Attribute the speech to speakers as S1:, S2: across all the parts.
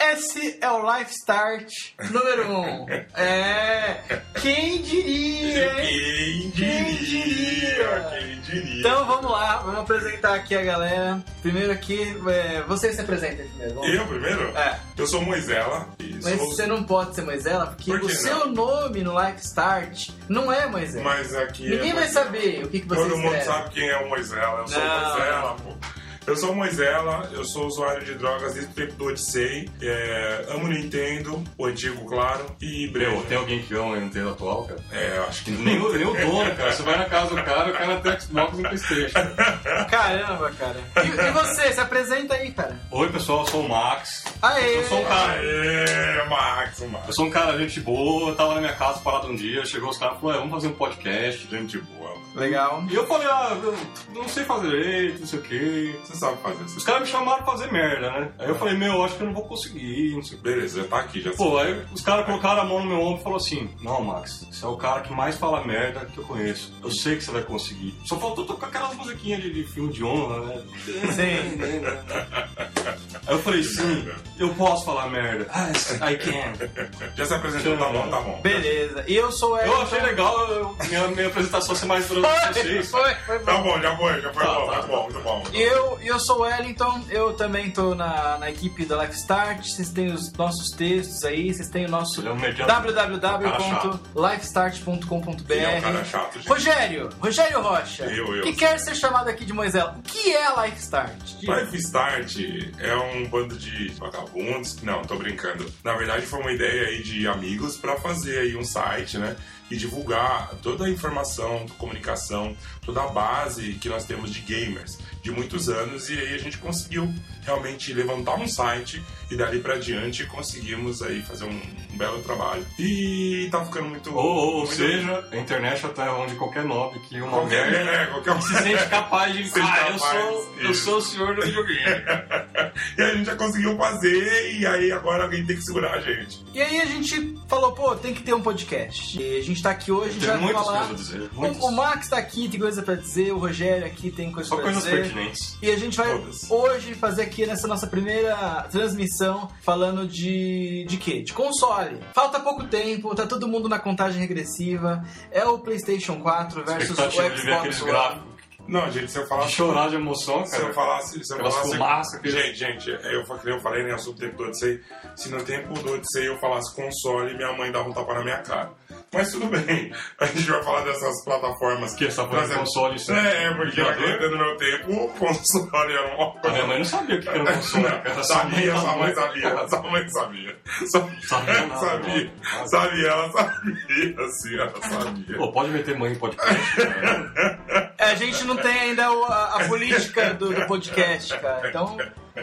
S1: Esse é o Life Start número 1. Um. É. Quem diria, hein?
S2: Quem
S1: Quem
S2: diria?
S1: diria?
S2: Quem diria?
S1: Então vamos lá, vamos apresentar aqui a galera. Primeiro aqui, é, você se apresenta primeiro. vamos.
S2: Eu primeiro?
S1: É,
S2: Eu sou Moisela. E
S1: mas
S2: sou...
S1: você não pode ser Moisela, porque
S2: Por que
S1: o
S2: não?
S1: seu nome no Life Start não é Moisés.
S2: Mas aqui. é
S1: Ninguém vai
S2: Moisela.
S1: saber o que, que você
S2: Todo mundo
S1: escreve.
S2: sabe quem é o Moisela. Eu sou
S1: Não.
S2: Moisela, pô. Eu sou Moisela, eu sou usuário de drogas desde o tempo do Odyssey. É, amo Nintendo, o antigo, claro, e
S3: Meu, tem um-
S2: Brejo.
S3: alguém que ama o Nintendo atual, cara?
S2: É, eu acho que
S3: Nem o, nem o dono, cara. Você vai na casa do cara, o cara tem Xbox e Playstation.
S1: Caramba, cara. E, e você, se apresenta aí, cara.
S3: Oi, pessoal, eu sou o Max.
S1: Aê!
S3: Eu sou um cara.
S2: Aê, Max, Max.
S3: Eu sou um cara gente boa, eu tava na minha casa parado um dia, chegou os caras e falou, é, vamos fazer um podcast.
S2: Gente boa.
S1: Legal.
S3: E eu falei, ah, eu não sei fazer direito, não sei o quê.
S2: Você sabe fazer
S3: Os
S2: isso.
S3: caras me chamaram pra fazer merda, né? Aí eu falei, meu, eu acho que eu não vou conseguir, não sei o quê.
S2: Beleza, já tá aqui, já
S3: Pô, aí os caras colocaram a mão no meu ombro e falaram assim: Não, Max, você é o cara que mais fala merda que eu conheço. Eu sei que você vai conseguir. Só faltou tocar aquelas musiquinhas de, de filme de honra, né?
S1: Sim.
S3: Aí eu falei: Sim, eu posso falar merda. Yes, I can.
S2: Já se apresentou, tá bom, tá bom.
S1: Beleza. E eu sou o
S3: Eu
S1: Elton.
S3: achei legal eu- minha, minha apresentação ser mais dura do que
S1: Foi,
S3: vocês.
S1: foi, foi bom.
S2: Tá bom, já foi, já foi
S3: Tá,
S2: bom,
S3: tá,
S2: tá,
S3: tá.
S2: bom, muito bom.
S1: E eu, e eu sou o Wellington, eu também tô na, na equipe da Life Start. Vocês têm os nossos textos aí, vocês têm o nosso
S3: Ele é um mediano.
S1: www.lifestart.com.br.
S2: Ele é um cara chato, gente.
S1: Rogério, Rogério Rocha,
S2: Eu, eu.
S1: que quer ser chamado aqui de Moisela. O que é a Life Start?
S2: Life Start é um bando de vagabundos. Não, tô brincando. Na verdade, foi uma ideia aí de amigos pra fazer aí um site, né? E divulgar toda a informação, comunicação, toda a base que nós temos de gamers de muitos anos. E aí a gente conseguiu realmente levantar um site e dali pra diante conseguimos aí fazer um, um belo trabalho. E tá ficando muito.
S3: Ou, ou, ou
S2: muito-
S3: seja, a internet é até onde qualquer nobre que uma
S2: Qualquer,
S3: merda
S2: é, qualquer um
S3: se sente capaz de.
S2: Se sente
S3: Ah, eu
S2: capaz,
S3: sou, eu
S2: isso.
S3: sou o senhor do videogame.
S2: E a gente já conseguiu fazer, e aí agora alguém tem que segurar a gente.
S1: E aí a gente falou, pô, tem que ter um podcast. E a gente tá aqui hoje, a gente
S3: Tem
S1: vai
S3: muitas
S1: falar...
S3: coisas a dizer.
S1: O, o
S3: Muitas.
S1: Max tá aqui, tem coisa pra dizer, o Rogério aqui tem coisa
S3: Só
S1: pra
S3: coisas
S1: dizer.
S3: pertinentes.
S1: E a gente vai
S2: Todas.
S1: hoje fazer aqui nessa nossa primeira transmissão falando de. de quê? De console. Falta pouco tempo, tá todo mundo na contagem regressiva. É o PlayStation 4 versus o
S3: Expectativa de ver
S1: Xbox
S3: aqueles
S1: One.
S3: gráficos.
S2: Não, gente, se eu
S3: De
S2: falar
S3: chorar de emoção,
S2: Se eu
S3: cara.
S2: falasse. Se eu
S3: Aquelas
S2: falasse
S3: fumaças, aqueles-
S2: gente, gente, eu, fa- que nem eu falei, né? Eu sou do tempo do Odyssey. Se no tempo do Odyssey eu falasse console, minha mãe dava um tapa na minha cara. Mas tudo bem, a gente vai falar dessas plataformas
S3: Que essa porra de
S2: Mas é-
S3: console isso
S2: É, é, porque
S3: Jogador?
S2: naquele no meu tempo, o console era uma
S3: A minha
S2: coisa.
S3: mãe não sabia o que era um console, cara. Ela
S2: Sabia, sua mãe
S3: tá
S2: sabia,
S3: bom.
S2: sua mãe sabia. Só-
S3: Sabia nada,
S2: Sabia,
S3: mano.
S2: sabia, ela sabia, assim, ela sabia.
S3: Pô, pode meter mãe em podcast, né? cara.
S1: É, A gente não tem ainda o- a, a política do, do podcast, cara. Então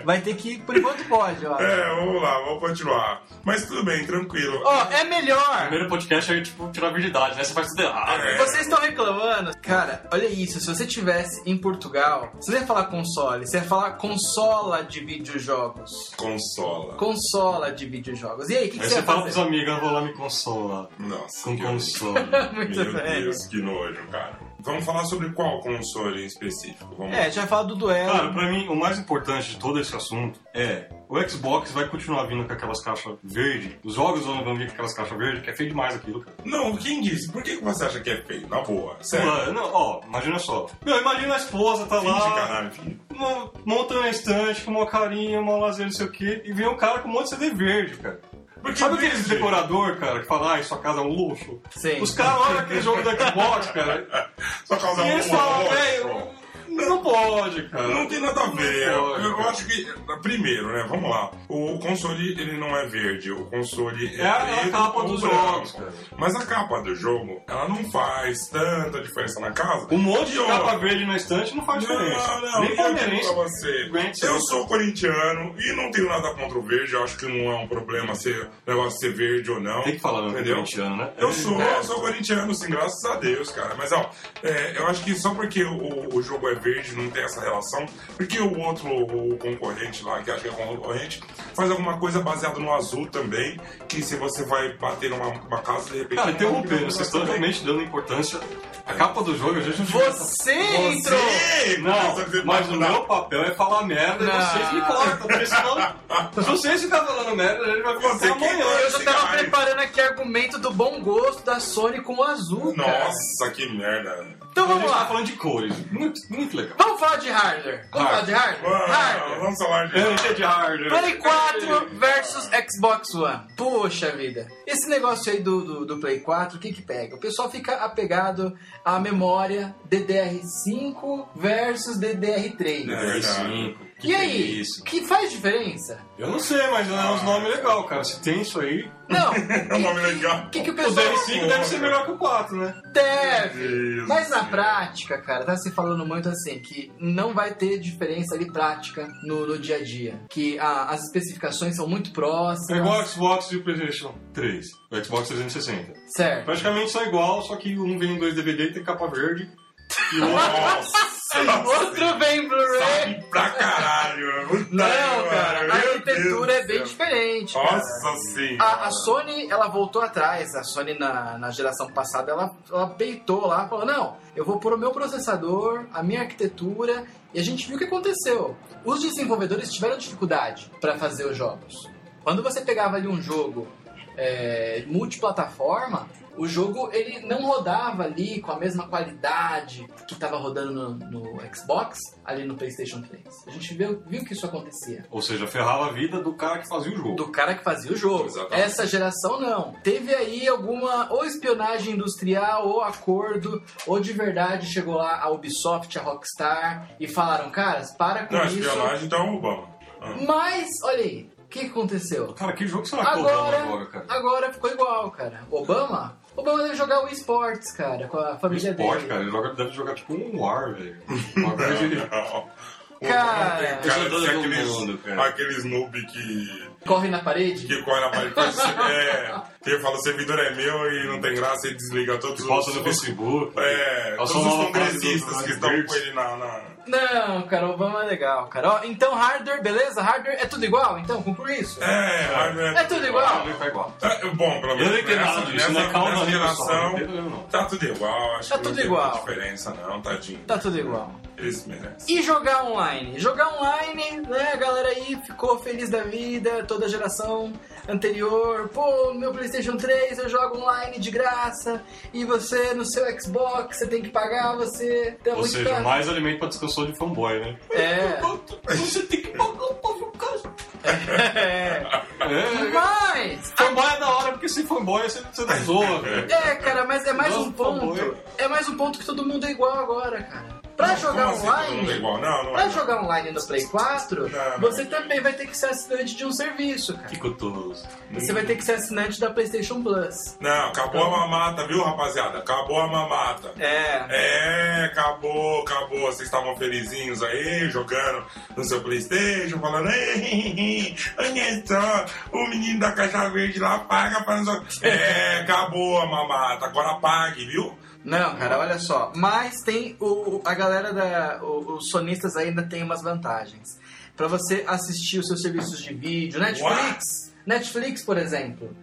S1: vai ter que ir por enquanto pode, ó.
S2: É, vamos lá, vamos continuar. Mas tudo bem, tranquilo.
S1: Ó, é melhor.
S3: Primeiro podcast é tipo tirar habilidade, né? Você faz tudo errado.
S2: É.
S1: Vocês estão reclamando? Cara, olha isso. Se você tivesse em Portugal, você não ia falar console, você ia falar consola de videojogos.
S2: Consola.
S1: Consola de videojogos. E aí, o que, que
S3: Aí
S1: você
S3: você
S1: ia
S3: fala pros
S1: fazer?
S3: amigos, eu vou lá me consolar.
S2: Nossa,
S3: Com
S2: que
S3: console.
S1: Muito
S2: Meu
S1: velho.
S2: Deus, que nojo, cara. Vamos falar sobre qual console em específico? Vamos
S1: É, a gente vai falar do duelo.
S3: Cara, pra mim, o mais importante de todo esse assunto é o Xbox vai continuar vindo com aquelas caixas verdes. Os jogos vão vir com aquelas caixas verdes, que é feio demais aquilo, cara.
S2: Não, quem disse? Por que que você acha que é feio? Na boa, sério.
S3: Mano, não, ó, imagina só. Meu, imagina a esposa tá
S2: Finge
S3: lá.
S2: caralho, filho.
S3: uma- montando a estante com uma carinha, uma lazer, não sei o quê, e vem um cara com um monte de CD verde, cara.
S2: Porque
S3: Sabe aqueles decorador, cara, que fala, ai, sua casa é um luxo?
S1: Sim.
S3: Os caras olham aquele jogo do Xbox, cara,
S2: Só causa
S3: e eles
S2: um
S3: falam,
S2: horror.
S3: velho, não pode, cara.
S2: Não tem nada a ver.
S3: Ah, Não
S2: Eu,
S3: pode,
S2: eu
S3: cara.
S2: acho que, primeiro, né? Vamos lá. O console, ele não é verde. O console é,
S3: É a- é a
S2: preto
S3: capa
S2: ou
S3: dos
S2: branco.
S3: jogos, cara.
S2: Mas a capa do jogo, ela não faz tanta diferença na casa.
S3: Um monte de
S2: E, ó,
S3: capa verde na estante não faz diferença.
S2: Não, não, eu
S3: Nem
S2: digo pra
S3: palmeirense.
S2: você. Eu sou corintiano e não tenho nada contra o verde. Eu acho que não é um problema ser negócio ser verde ou não.
S3: Tem que falar, não, é
S2: Entendeu?
S3: corintiano, né?
S2: Eu sou,
S3: É.
S2: eu sou corintiano, sim, graças a Deus, cara. Mas ó, é, eu acho que só porque o, o jogo é verde não tem essa relação, porque o outro o concorrente lá, que acho que é concorrente, faz alguma coisa baseada no azul também, que se você vai bater numa, numa casa, de repente.
S1: Ah,
S3: Cara, interrompendo,
S2: Não,
S3: vocês estão
S2: também.
S3: realmente dando importância A capa do jogo, a gente não
S1: Você entrou!
S2: Você! Nossa, você
S3: Não, mas
S2: tá-
S3: o meu papel é falar merda e
S1: Não.
S3: vocês me cortam, porque senão. Se vocês ficarem falando merda, a gente vai
S2: Você
S3: cortar
S2: que
S3: amanhã.
S2: corta.
S1: Eu já tava
S2: Caralho.
S1: preparando aqui argumento do bom gosto da Sony com o azul. cara.
S2: Nossa, que merda.
S1: Então
S3: a gente
S1: vamos
S3: tá
S1: lá.
S3: falando de cores. Muito, muito legal.
S1: Vamos falar de hardware. Vamos falar de hardware?
S2: Mano,
S1: Hardware.
S2: Vamos falar de.
S3: Anja de hardware.
S1: Play 4 versus Xbox One. Poxa vida. Esse negócio aí do, do, do Play 4, o que que pega? O pessoal fica apegado à memória DDR5 versus DDR3.
S2: É.
S3: DDR5.
S1: E aí?
S3: é Isso.
S1: Que faz diferença?
S3: Eu não sei, mas é uns nomes legais, cara. Se tem isso aí.
S1: Não.
S2: É um nome legal.
S1: O que, que o
S3: O
S1: pessoal
S3: DR5 deve ser melhor que o 4, né?
S1: deve?
S2: Isso.
S1: Mas na prática, cara, tá se falando muito assim, que não vai ter diferença ali prática no, no dia a dia. Que a- as especificações são muito próximas.
S3: É igual o Xbox e o PlayStation 3. O Xbox 360.
S1: Certo.
S3: Praticamente são igual, só que um vem em dois DVD e tem capa verde. E o outro.
S2: Nossa!
S1: Outro bem Blu-ray.
S2: Sabe pra caralho. Puta
S1: Não,
S2: que
S1: cara,
S2: pariu,
S1: a
S2: meu
S1: arquitetura
S2: Deus
S1: é bem
S2: do céu.
S1: diferente. cara.
S2: Nossa senhora.
S1: A, a Sony, ela voltou atrás. A Sony, na, na geração passada, ela, ela peitou lá, falou: não, eu vou pôr o meu processador, a minha arquitetura. E a gente viu o que aconteceu. Os desenvolvedores tiveram dificuldade para fazer os jogos. Quando você pegava ali um jogo é, multiplataforma, o jogo ele não rodava ali com a mesma qualidade que estava rodando no, no Xbox, ali no PlayStation 3. A gente viu, viu que isso acontecia
S3: Ou seja, ferrava a vida do cara que fazia o jogo.
S1: do cara que fazia o jogo.
S2: Exatamente.
S1: Essa geração não. Teve aí alguma ou espionagem industrial, ou acordo, ou de verdade chegou lá a Ubisoft, a Rockstar e falaram, caras, para com
S2: Não,
S1: isso.
S2: espionagem
S3: Então,
S2: tá um Obama. Ah.
S1: Mas, olha aí, o que que aconteceu?
S3: Cara, que jogo
S2: Tá
S3: será que eu vou
S1: Agora,
S3: agora, cara?
S1: agora ficou igual, cara. Obama? Obama deve jogar o esportes, cara, com a família
S3: Esporte,
S1: dele.
S3: cara, ele joga, deve jogar tipo um war, velho. Uma coisa de-
S2: Um
S1: Cara,
S2: tem
S3: eu sou
S2: cara de
S3: todo
S2: ser aqueles,
S3: mundo, cara.
S2: aqueles noob que,
S1: Corre na parede?
S2: que corre na parede pra se- é, que fala, o servidor é meu e não tem graça, ele desliga todos os,
S3: Posta no
S2: os,
S3: Facebook.
S2: é,
S3: Eu
S2: todos
S3: sou
S2: os
S3: maluco,
S2: congressistas que
S3: eu
S2: estão
S3: sou
S2: com ele na... na-
S1: Não, cara, Obama é legal, cara. Ó, então hardware, beleza? Hardware é tudo igual, então? Conclui isso?
S2: É, Armin,
S1: É tudo igual?
S3: ele vai igual.
S2: é, bom, pelo
S3: Eu
S2: menos
S3: não entendo
S2: nessa-
S3: nada disso, não
S2: nessa-
S3: é calma
S2: nessa
S3: ali, pessoal.
S2: geração...
S3: Não entendo não.
S2: Tá tudo igual, acho
S1: Tá
S2: que não
S1: tudo
S2: tem
S1: igual.
S2: muita diferença não, tadinho.
S1: Tá tudo igual.
S2: Eles merecem.
S1: E jogar online? Jogar online, né? A galera aí ficou feliz da vida, toda a geração anterior. Pô, no meu PlayStation 3 eu jogo online de graça. E você no seu Xbox, você tem que pagar, você. Tá
S3: Ou
S1: muito
S3: seja,
S1: caro.
S3: mais alimento pra discussão de fanboy, né?
S1: É.
S3: Você tem que
S2: um
S3: pagar o povo caso.
S1: é.
S3: É,
S1: Mas.
S3: fanboy é da hora, porque sem fanboy você, você não zoa, velho.
S1: É, cara, mas é mais
S3: Nossa,
S1: um ponto.
S3: foi.
S1: É mais um ponto que todo mundo é igual agora, cara. Pra jogar
S2: Como assim todo mundo é
S1: online.
S2: igual? Não, não é.
S1: Pra jogar online no Play 4,
S2: Não, não.
S1: você também vai ter que ser assinante de um serviço, cara.
S3: Que cotoso.
S1: Você vai ter que ser assinante da PlayStation Plus.
S2: Não, acabou a mamata, viu, rapaziada? Acabou a mamata.
S1: É.
S2: É, acabou, acabou. Vocês estavam felizinhos aí, jogando no seu Playstation, falando, "Ei, olha só, o menino da caixa verde lá paga pra nós. É, acabou a mamata, agora pague, viu?
S1: Não, cara, olha só. Mas tem o, o- a galera da. o- os sonistas ainda tem umas vantagens. Pra você assistir os seus serviços de vídeo, Netflix. Netflix, por exemplo.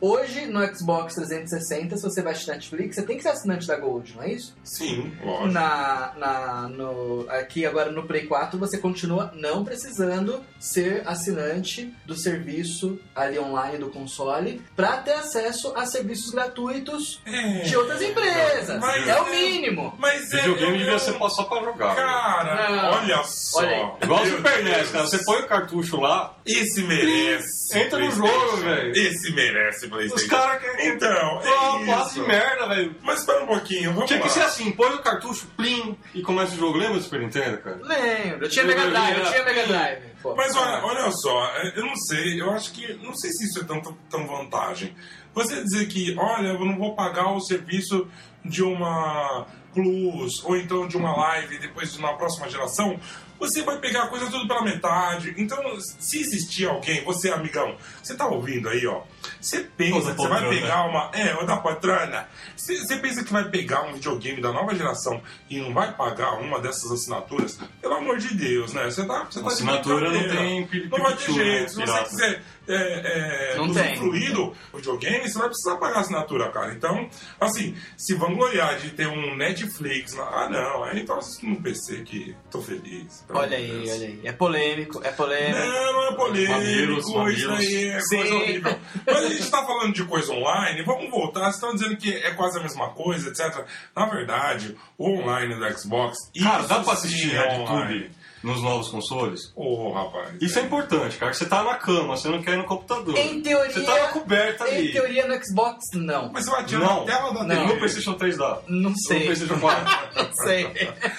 S1: Hoje, no Xbox 360, se você baixa Netflix, você tem que ser assinante da Gold, não é isso?
S2: Sim, lógico.
S1: Na, na, no, aqui agora no Play 4 você continua não precisando ser assinante do serviço ali online do console pra ter acesso a serviços gratuitos de outras empresas.
S2: Mas
S1: é o
S2: eu-
S1: mínimo.
S2: É, Mas é.
S3: Videogame
S2: eu-
S3: devia
S2: eu-
S3: ser pra- só pra jogar. velho.
S2: Cara,
S1: Não.
S2: olha só.
S1: Olha aí.
S3: Igual o
S2: Meu
S3: Super
S2: Deus.
S3: NES, cara. Você põe o cartucho lá,
S2: Esse merece.
S3: Entra no
S2: PlayStation.
S3: jogo, velho.
S2: Esse merece PlayStation.
S3: os caras querem.
S2: Então, é
S3: Ah, Uma classe
S2: isso.
S3: de merda, velho.
S2: Mas espera um pouquinho, vamos
S3: Tinha
S2: lá.
S3: que ser assim, põe o cartucho, plim, e começa o jogo. Lembra do Super Nintendo, cara?
S1: Lembro, eu tinha Mega Drive, eu tinha Mega Drive. Pô.
S2: Mas olha, olha só, é, eu não sei, eu acho que. Não sei se isso é tão, tão vantagem. Você dizer que, olha, eu não vou pagar o serviço de uma Plus, ou então de uma live depois de uma próxima geração, você vai pegar a coisa tudo pela metade. Então, se existir alguém, você, amigão, você tá ouvindo aí, ó. Você
S3: Ou da
S2: pensa que você vai
S3: patrona.
S2: pegar uma. É, ou da patrana. Você você pensa que vai pegar um videogame da nova geração e não vai pagar uma dessas assinaturas? Pelo amor de Deus, né? Você tá, você tá de
S3: Assinatura não
S2: brincadeira.
S3: tem
S2: Não vai ter
S3: pichu, né,
S2: jeito. Se você
S3: pirata.
S2: quiser é, é,
S1: Não tem.
S2: usufruído videogame, você vai precisar pagar assinatura, cara. Então, assim, se vangloriar de ter um Netflix, ah não, aí então assisto no PC que tô feliz. Então,
S1: Olha aí, olha aí. É polêmico, é polêmico.
S2: Não, não é polêmico,
S3: Mamilos,
S2: isso
S3: mamilos.
S2: aí é
S1: Sim.
S2: coisa horrível. Mas a gente tá falando de coisa online, vamos voltar, vocês estão dizendo que é quase a mesma coisa, etc. Na verdade, o online do Xbox...
S3: Cara,
S2: isso
S3: dá pra
S2: sim
S3: assistir
S2: é online.
S3: RedTube nos novos consoles?
S2: Ô, rapaz.
S3: Isso é
S2: né?
S3: importante, cara, que você tá na cama, você não quer ir no computador.
S1: Em teoria-
S3: Você tá na coberta ali.
S1: Em teoria no Xbox, não.
S2: Mas você vai tirar na
S3: Não.
S2: tela da
S1: Não.
S2: TV.
S3: No PlayStation 3 dá.
S1: Não
S3: No
S1: sei.
S3: PlayStation 4.
S1: Não sei.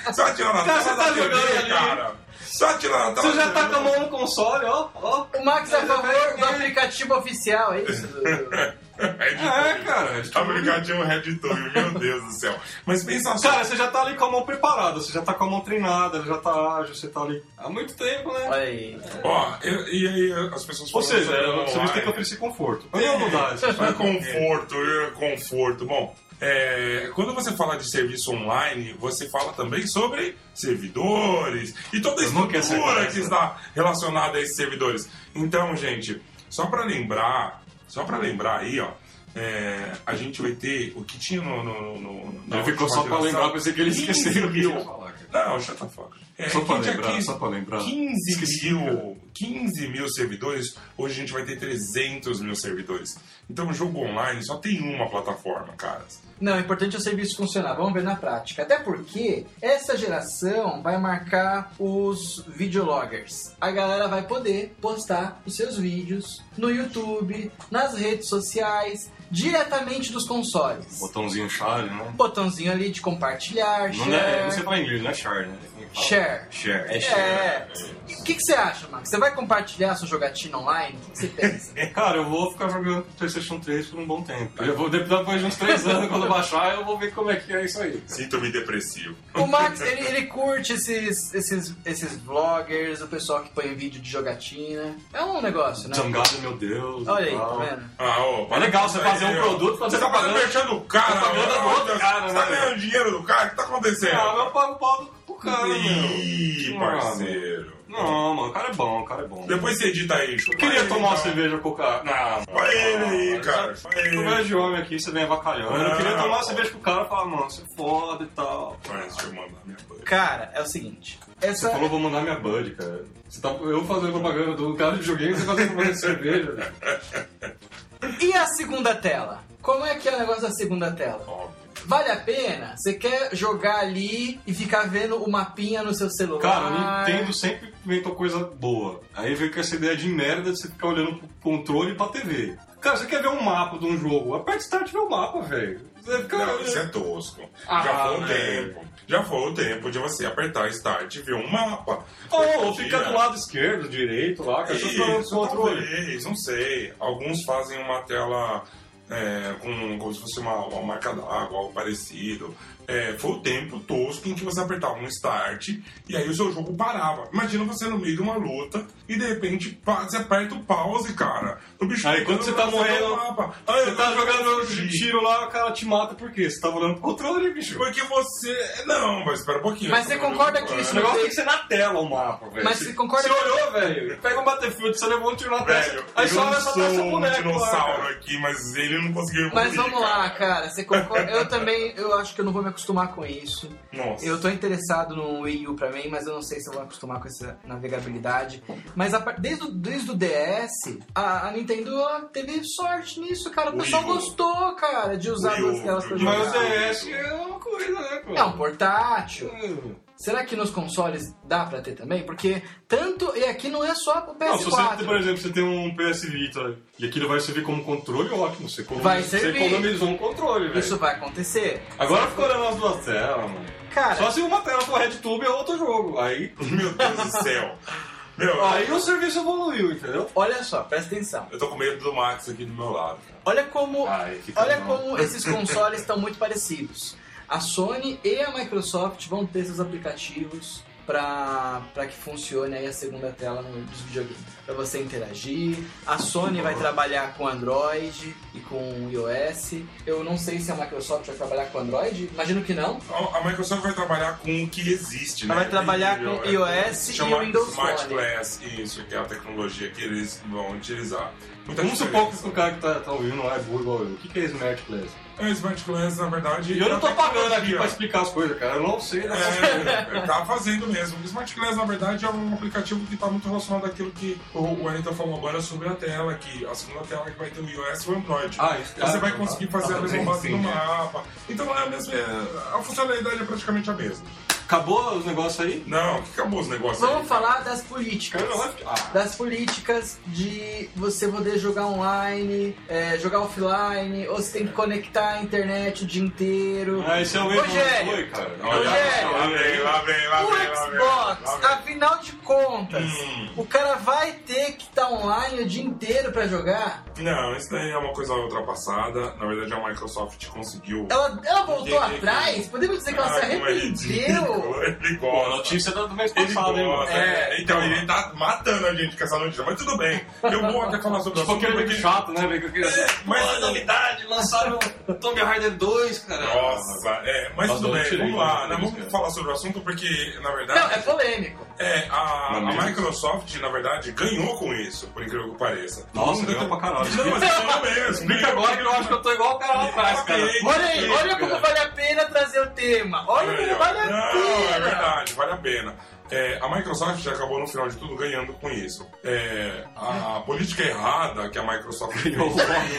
S2: Você vai tirar na tela
S3: Cara, você
S2: da
S3: tá
S2: TV,
S3: jogando ali.
S2: cara. Você vai tirar na tela
S3: Você já
S2: da
S3: tá
S2: TV.
S3: com a mão no console, ó, ó.
S1: O Max é a favor do
S3: É.
S1: aplicativo oficial, é isso?
S3: É, cara.
S2: Tá Aplicativo RedTube, meu Deus do céu. Mas pensa só.
S3: Cara, você já tá ali com a mão preparada, você já tá com a mão treinada, já tá ágil, você tá ali há muito tempo, né?
S1: Olha aí.
S2: Ó, eu- e aí as pessoas
S3: Ou seja,
S2: sobre
S3: o serviço tem que
S2: online.
S3: oferecer conforto. Não ia mudar isso.
S2: Não é conforto, é conforto. Bom, é, quando você fala de serviço online, você fala também sobre servidores e toda a
S3: Eu nunca ia
S2: estrutura
S3: acertar
S2: que
S3: essa.
S2: está relacionada a esses servidores. Então, gente, só para lembrar, só para lembrar aí, ó, é, a gente vai ter o que tinha no. no, no- no- na
S3: Ele ficou
S2: última
S3: só pra
S2: geração,
S3: lembrar, pensei que ele esqueceu
S2: 15
S3: o que eu ia
S2: mil.
S3: falar, cara.
S2: Não, shut the fuck. É,
S3: Só pra
S2: quem tinha
S3: lembrar,
S2: 15
S3: só pra lembrar.
S2: 15
S3: Esqueci,
S2: mil, 15 mil servidores, hoje a gente vai ter 300 mil servidores. Então, o jogo online só tem uma plataforma, cara.
S1: Não, o importante é o serviço funcionar. Vamos ver na prática. Até porque essa geração vai marcar os videologgers. A galera vai poder postar os seus vídeos no YouTube, nas redes sociais, diretamente dos consoles.
S3: Botãozinho chale, né?
S1: Botãozinho ali de compartilhar,
S3: Não, é, não sei
S1: share.
S3: falar em inglês, né? Share, né? Como é que fala?
S1: Share.
S3: Share. né?
S1: É. E o que, que você acha, Max? Você vai compartilhar sua jogatina online? O que você pensa?
S3: É, Cara, eu vou ficar jogando PlayStation 3 por um bom tempo. Eu vou, depois de uns 3 anos, quando eu baixar, eu vou ver como é que é isso aí.
S2: Sinto-me depressivo.
S1: O Max, ele, ele curte esses, esses, esses vloggers, o pessoal que põe vídeo de jogatina. É um negócio, né?
S3: Zangado, meu Deus.
S1: Olha aí,
S3: e
S1: tá
S3: tal.
S1: vendo?
S2: Ah, ô, para
S3: legal
S2: com
S3: você
S2: isso aí,
S3: fazer um
S2: meu.
S3: produto, fazer
S2: Você tá fazendo
S3: propaganda-
S2: merchan do cara,
S3: propaganda
S2: meu
S3: do outro
S2: Deus.
S3: cara,
S2: Você
S3: né,
S2: tá ganhando
S3: velho?
S2: dinheiro do cara? O que tá acontecendo?
S3: Ah, meu pau no pau do- pro cara, meu.
S2: Ih,
S3: Não,
S2: parceiro.
S3: Não, mano, o cara é bom, o cara é bom.
S2: Depois você edita aí,
S3: Eu queria tomar Ah, uma
S2: o CV.
S3: cerveja com o cara. Não,
S2: Olha ele aí, cara. Olha ele.
S3: Conversa de homem aqui, você vem avacalhando. Eu queria tomar uma cerveja com o cara e falar, mano, você é foda e tal.
S2: Deixa eu mandar minha banha.
S1: Cara, é o seguinte.
S3: Você
S1: Essa.
S3: falou, vou mandar minha Bud, cara. Você tá, eu fazendo propaganda do cara de joguinho, você tá fazendo propaganda de cerveja.
S1: E a segunda tela? Como é que é o negócio da segunda tela?
S2: Óbvio.
S1: Vale a pena? Você quer jogar ali e ficar vendo o mapinha no seu celular?
S3: Cara, a Nintendo sempre inventou coisa boa. Aí veio com essa ideia de merda de você ficar olhando pro controle e pra TV. Cara, você quer ver um mapa de um jogo? Aperta Start e vê o mapa, velho. Você fica...
S2: Não, isso é tosco.
S3: Ah,
S2: já foi o
S3: velho.
S2: tempo. Já foi o tempo de você apertar Start e ver um mapa.
S3: Ou fica do lado esquerdo, direito lá, cara. Você fica olhando Tá pro
S2: Isso,
S3: controle.
S2: talvez, não sei. Alguns fazem uma tela é, com, como se fosse uma, uma marca d'água, algo parecido. É, foi o tempo tosco em que você apertava um start e aí o seu jogo parava. Imagina você no meio de uma luta e de repente pá, você aperta o pause, cara. O bicho
S3: Aí quando você tá
S2: dá
S3: morrendo,
S2: um mapa. Aí
S3: Você
S2: eu
S3: tá
S2: tô
S3: jogando
S2: fugir.
S3: tiro lá, o cara te mata por quê? Você tá olhando pro controle, bicho.
S2: Porque você. Não, mas espera um pouquinho.
S1: Mas você concorda que isso
S3: Esse
S1: não
S3: negócio tem que ser na tela o mapa, velho.
S1: Mas você concorda-
S3: Você olhou, velho. Pega um Battlefield, você levou um tiro na testa.
S2: Velho,
S3: Aí
S2: eu
S3: só olha
S2: sou
S3: só pra seu
S2: um
S3: boneco. lá,
S2: dinossauro
S3: cara.
S2: aqui, mas ele não conseguiu evoluir,
S1: Mas vamos lá, cara. Você concorda? Eu também, eu acho que eu não vou me acostumar com isso.
S2: Nossa.
S1: Eu tô interessado no Wii U pra mim, mas eu não sei se eu vou acostumar com essa navegabilidade. Mas a par- desde, o, desde o DS, a, a Nintendo ela teve sorte nisso, cara. O
S2: Wii
S1: pessoal
S2: U.
S1: gostou, cara, de usar
S2: Wii U,
S1: duas telas pra
S2: Wii U.
S1: jogar.
S3: Mas o DS é uma coisa, né, cara?
S1: É um portátil.
S3: Hum.
S1: Será que nos consoles dá pra ter também? Porque tanto. E aqui não é só pro
S3: Não, se você, tem, por
S1: PS4.
S3: exemplo, você tem um PS Vita e aquilo vai servir como controle, ótimo. Você, economiz-
S1: Vai
S3: você
S1: servir.
S3: economizou um controle, velho.
S1: Isso vai acontecer.
S3: Agora ficou olhando as duas telas, mano.
S1: Cara,
S3: Só se uma tela for RedTube é outro jogo. Aí,
S2: Meu Deus do céu. Meu,
S3: aí o serviço evoluiu, entendeu?
S1: olha só, presta atenção.
S2: eu tô com medo do Max aqui do meu lado.
S1: Olha como,
S3: Ai, fica
S1: olha
S3: bom.
S1: como esses consoles estão muito parecidos. A Sony e a Microsoft vão ter seus aplicativos pra, pra que funcione aí a segunda tela no- dos videogames. Pra você interagir. A Sony vai trabalhar com Android e com iOS. Eu não sei se a Microsoft vai trabalhar com Android. Imagino que não.
S2: A a Microsoft vai trabalhar com o que existe, né?
S1: Ela vai trabalhar
S2: Tem-
S1: com iOS e
S2: chama
S1: Windows
S2: Smart
S1: Phone.
S2: Glass, isso, que é a tecnologia que eles vão utilizar. Muita
S3: Então, Vamos supor que
S2: diferença.
S3: o cara que tá, tá ouvindo não é burro igual eu. O que, que é Smart Class?
S2: É, o Smart Glass, na verdade...
S3: E eu não tô
S2: é
S3: pagando aqui
S2: tecnologia.
S3: pra explicar as coisas, cara. Eu não sei. né?
S2: É, tá fazendo mesmo. O Smart Glass, na verdade, é um aplicativo que tá muito relacionado àquilo que o Wellington falou agora sobre a tela, que a segunda tela que vai ter o iOS e o Android.
S3: Ah, isso,
S2: Você
S3: cara,
S2: vai
S3: tá-
S2: conseguir
S3: tá
S2: fazer a mesma
S3: fazendo,
S2: base
S3: sim,
S2: no
S3: é.
S2: mapa. Então é a mesma. é, A funcionalidade é praticamente a mesma.
S3: Acabou os negócios aí?
S2: Não, que acabou os negócios aí.
S1: Vamos falar das
S3: Cara,
S1: políticas.
S3: vai ficar- Ah,
S1: Das políticas de você poder jogar online, é, jogar offline, ou você tem que conectar a internet o dia inteiro.
S3: Ah, esse é o mesmo
S1: Rogério.
S3: Oi, cara.
S2: Olha,
S1: Rogério.
S2: lá vem, lá vem, lá vem,
S1: O
S2: lá vem. lá
S1: Xbox,
S2: vem.
S1: afinal de contas,
S2: Hum.
S1: o cara vai ter que estar online o dia inteiro pra jogar?
S2: Não, isso daí é uma coisa ultrapassada. Na verdade, a Microsoft conseguiu.
S1: Ela, ela voltou
S2: Entendi.
S1: atrás? Podemos dizer É que ela
S2: Ah,
S1: se
S2: como ele diz,
S1: arrependeu?
S2: Ele
S3: Pô, a
S2: gosta.
S3: notícia da- do mês
S2: Ele
S3: passado, hein?
S2: gosta,
S3: mano?
S1: É.
S2: né? Então, ele tá matando a gente com essa notícia, mas tudo bem. Eu vou até falar sobre
S3: Tipo
S2: isso.
S3: aquele meme chato, né? velho, que eu queria-
S2: É, mas-
S3: Olha a novidade, lançaram Tomb Raider 2, cara.
S2: Nossa, é, mas
S3: Nossa,
S2: tudo
S3: eu
S2: bem,
S3: tirei
S2: vamos lá,
S3: isso,
S2: né, vamos
S3: cara.
S2: falar sobre o assunto porque, na verdade,
S1: Não, é polêmico.
S2: é, a,
S3: Não
S2: a
S3: é mesmo?
S2: Microsoft, na verdade, ganhou com isso, por incrível que pareça.
S3: Nossa,
S2: Não,
S3: ganhou pra caralho.
S2: Não, mas ganhou mesmo.
S3: Explica agora que eu acho que eu tô igual o cara lá atrás, cara.
S2: Exatamente.
S1: Olha aí, olha como
S3: cara.
S1: vale a pena trazer o tema. Olha
S2: Aí, ó.
S1: como vale a
S2: Não, é
S1: pena.
S2: verdade, vale a pena. É, a Microsoft acabou no final de tudo ganhando com isso. É, a política errada que a Microsoft
S3: Ganhou o né?
S2: fez,
S3: voto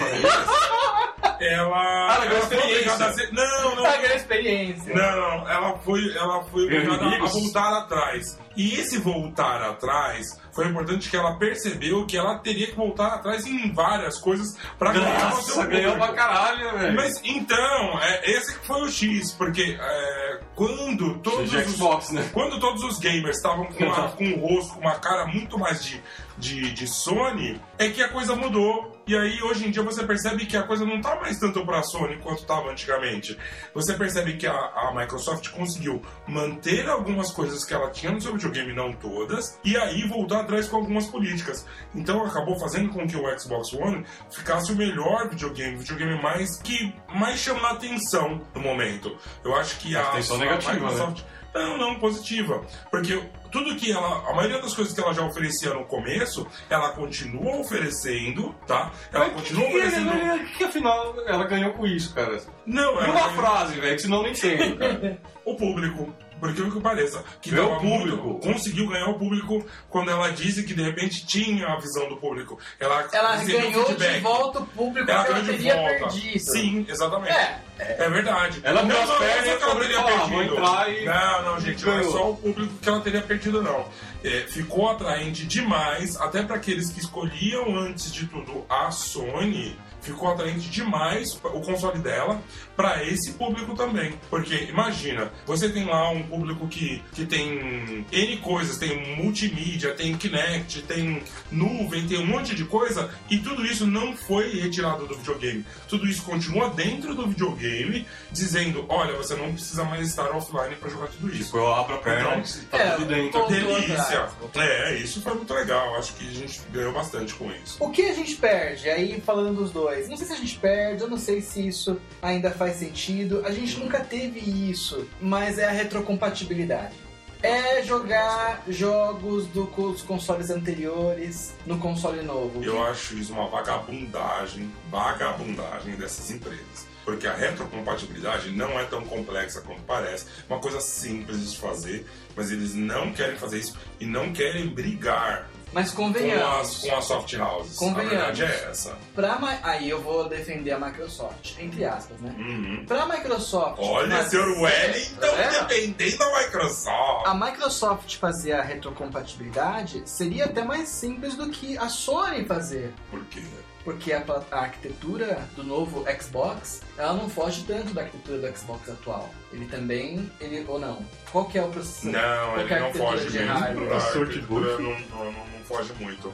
S3: pra ele.
S2: ela.
S3: Ah, ela ganhou
S2: ela foi
S3: experiência.
S2: obrigada a ser- Não, não.
S1: Tá ganhando experiência.
S2: Não, não, ela foi, ela foi
S3: Ganhou
S2: obrigada a
S3: inimigos?
S2: voltar atrás. E esse voltar atrás foi importante que ela percebeu que ela teria que voltar atrás em várias coisas pra ganhar o seu
S3: Nossa, ganhou pra
S2: público.
S3: caralho, né, velho.
S2: Mas então, é, esse que foi o X, porque é, quando todos
S3: de
S2: os
S3: Xbox, né?
S2: quando todos os gamers estavam com, uma- com um rosto, com uma cara muito mais de, de, de Sony, é que a coisa mudou. E aí, hoje em dia, você percebe que a coisa não tá mais tanto pra Sony quanto tava antigamente. Você percebe que a, a Microsoft conseguiu manter algumas coisas que ela tinha no seu videogame, não todas, e aí voltar atrás com algumas políticas. Então, acabou fazendo com que o Xbox One ficasse o melhor videogame, o videogame mais que mais chama a atenção no momento. Eu acho que a,
S3: Atenção
S2: a
S3: negativa, né?
S2: Microsoft não, não, positiva. Porque tudo que ela. A maioria das coisas que ela já oferecia no começo, ela continua oferecendo, tá? Ela
S3: Mas
S2: continua
S3: que, é, que,
S2: oferecendo.
S3: que, que afinal ela ganhou com isso, cara?
S2: Não, ela
S3: Uma
S2: ganhou
S3: frase, velho, que senão eu não entendo, cara.
S2: o público. Por incrível que pareça. Que
S3: Ganhou
S2: tava
S3: o público.
S2: muito- conseguiu ganhar o público quando ela disse que de repente tinha a visão do público. Ela,
S1: Ela
S2: recebeu
S1: ganhou de
S2: um feedback.
S1: volta o público
S2: Ela
S1: que ela
S2: ganhou de
S1: teria
S2: volta.
S1: perdido.
S2: Sim, exatamente.
S1: É,
S2: É verdade.
S3: Ela abriu as pernas
S2: não é que ela
S3: pra
S2: teria
S3: falar,
S2: perdido.
S3: vou entrar e-
S2: Não, não, gente, não é
S3: Ganhou.
S2: só o público que ela teria perdido, não. É, ficou atraente demais, até para aqueles que escolhiam antes de tudo a Sony. Ficou atraente demais o console dela para esse público também. Porque imagina, você tem lá um público que, que tem N coisas, tem multimídia, tem Kinect, tem nuvem, tem um monte de coisa, e tudo isso não foi retirado do videogame. Tudo isso continua dentro do videogame, dizendo: olha, você não precisa mais estar offline para jogar tudo isso.
S3: Tipo, eu abro a perna e tá
S1: É,
S3: tudo dentro.
S1: tô- Voltou
S2: Delícia!
S1: atrás.
S2: É, isso foi muito legal. Acho que a gente ganhou bastante com isso.
S1: O que a gente perde? Aí falando dos dois, não sei se a gente perde, eu não sei se isso ainda faz sentido. A gente nunca teve isso, mas é a retrocompatibilidade. É jogar jogos do- dos consoles anteriores no console novo.
S2: Eu acho isso uma vagabundagem, vagabundagem dessas empresas. Porque a retrocompatibilidade não é tão complexa quanto parece, uma coisa simples de fazer, mas eles não querem fazer isso e não querem brigar
S1: Mas
S2: com
S1: convenhamos.
S2: as, com as soft houses.
S1: Convenhamos.
S2: A verdade é essa.
S1: Pra Ma- Aí eu vou defender a Microsoft, entre aspas, né?
S2: Uhum.
S1: Pra Microsoft.
S2: Olha,
S1: fazer-
S2: senhor Wellington
S1: É.
S2: dependendo da Microsoft.
S1: A Microsoft fazer a retrocompatibilidade seria até mais simples do que a Sony fazer.
S2: Por quê?
S1: porque a, pla- a arquitetura do novo Xbox ela não foge tanto da arquitetura do Xbox atual. Ele também, ele ou não? Qual que é o processador?
S2: Não, ele
S1: Qualquer
S2: não foge
S1: arquitetura de
S2: mesmo.
S1: hardware.
S2: A
S3: É Sorte
S2: arquitetura
S3: boa.
S2: não, não, não- não foge muito.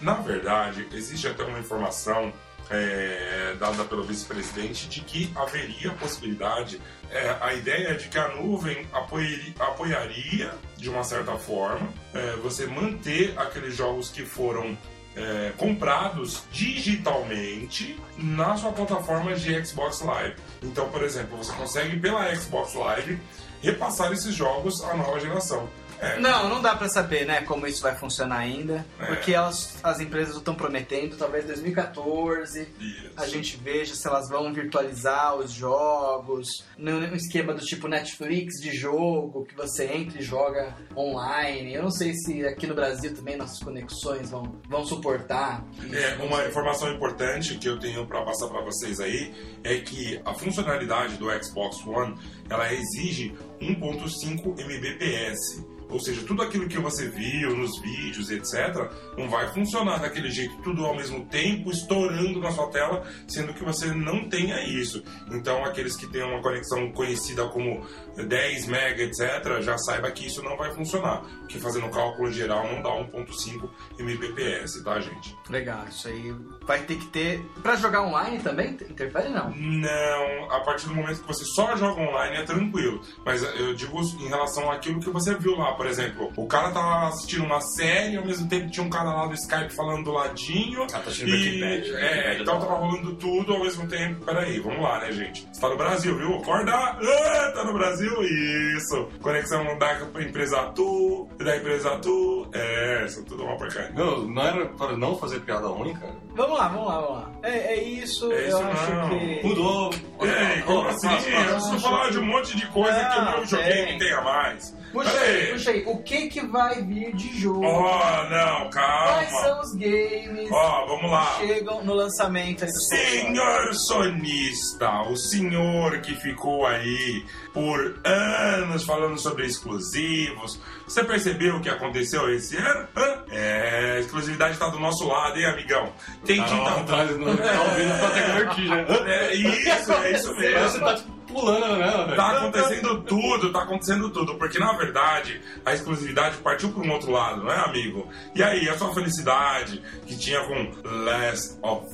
S2: Na verdade, existe até uma informação é, dada pelo vice-presidente de que haveria a possibilidade, é, a ideia é de que a nuvem apoiaria, apoiaria, de uma certa forma, é, você manter aqueles jogos que foram é, comprados digitalmente na sua plataforma de Xbox Live. Então, por exemplo, você consegue pela Xbox Live repassar esses jogos à nova geração. É,
S1: Não, não dá pra saber, né, como isso vai funcionar ainda,
S2: É.
S1: porque elas, as empresas estão prometendo, talvez 2014
S2: e-
S1: a gente veja se elas vão virtualizar os jogos, num num esquema do tipo Netflix de jogo, que você entra e joga online. Eu não sei se aqui no Brasil também nossas conexões vão, vão suportar. isso,
S2: É,
S1: não
S2: uma
S1: sei.
S2: informação importante que eu tenho para passar para vocês aí é que a funcionalidade do Xbox One ela exige 1.5 mbps. Ou seja, tudo aquilo que você viu nos vídeos, etc., não vai funcionar daquele jeito, tudo ao mesmo tempo, estourando na sua tela, sendo que você não tenha isso. Então, aqueles que têm uma conexão conhecida como 10 mega, etc., já saiba que isso não vai funcionar. Porque fazendo o cálculo geral não dá 1.5 mbps, tá, gente?
S1: Legal, isso aí vai ter que ter. Pra jogar online também? Interfere não.
S2: Não, a partir do momento que você só joga online é tranquilo. Mas eu digo em relação àquilo que você viu lá, por exemplo. O cara tava assistindo uma série, ao mesmo tempo tinha um cara lá do Skype falando do ladinho.
S4: Ah, tá assistindo Breaking
S2: E,
S4: Bad.
S3: né?
S4: Breaking Bad
S2: é, então tava rolando tudo ao mesmo tempo. Peraí, vamos lá, né, gente? Você tá no Brasil, viu? Acorda! Ah, tá no Brasil? Isso! Conexão da empresa tu, da empresa tu. É, isso tudo é uma porcaria.
S3: Não, não era para não fazer piada ruim, cara.
S1: Vamos lá, vamos lá, vamos lá. É, é isso,
S2: É
S1: eu
S2: isso
S1: acho
S2: não.
S1: que.
S3: Mudou.
S2: Ei, como assim? Eu preciso falar de um monte de coisa que eu
S1: Não,
S2: não joguei
S1: tem.
S2: que tenha mais.
S1: Puxa aí,
S2: Ei.
S1: puxa aí. O que que vai vir de jogo?
S2: Oh, não,
S1: Quais
S2: calma.
S1: são os games
S2: Ó, vamos lá.
S1: que chegam no lançamento aí do console?
S2: Senhor sonista, o senhor que ficou aí por anos falando sobre exclusivos, você percebeu o que aconteceu esse ano? Hã? É, a exclusividade tá do nosso lado, hein, amigão? Tem que
S3: Tá
S2: tá.
S3: atrás, não tá ouvindo, tá até com vertigem. né?
S2: É isso, é isso
S3: Parece
S2: mesmo.
S3: que tá tipo, pulando nela, velho.
S2: Tá acontecendo tudo, tá acontecendo tudo, porque na verdade a exclusividade partiu para um outro lado, não é, amigo? E aí, a sua felicidade que tinha com Last of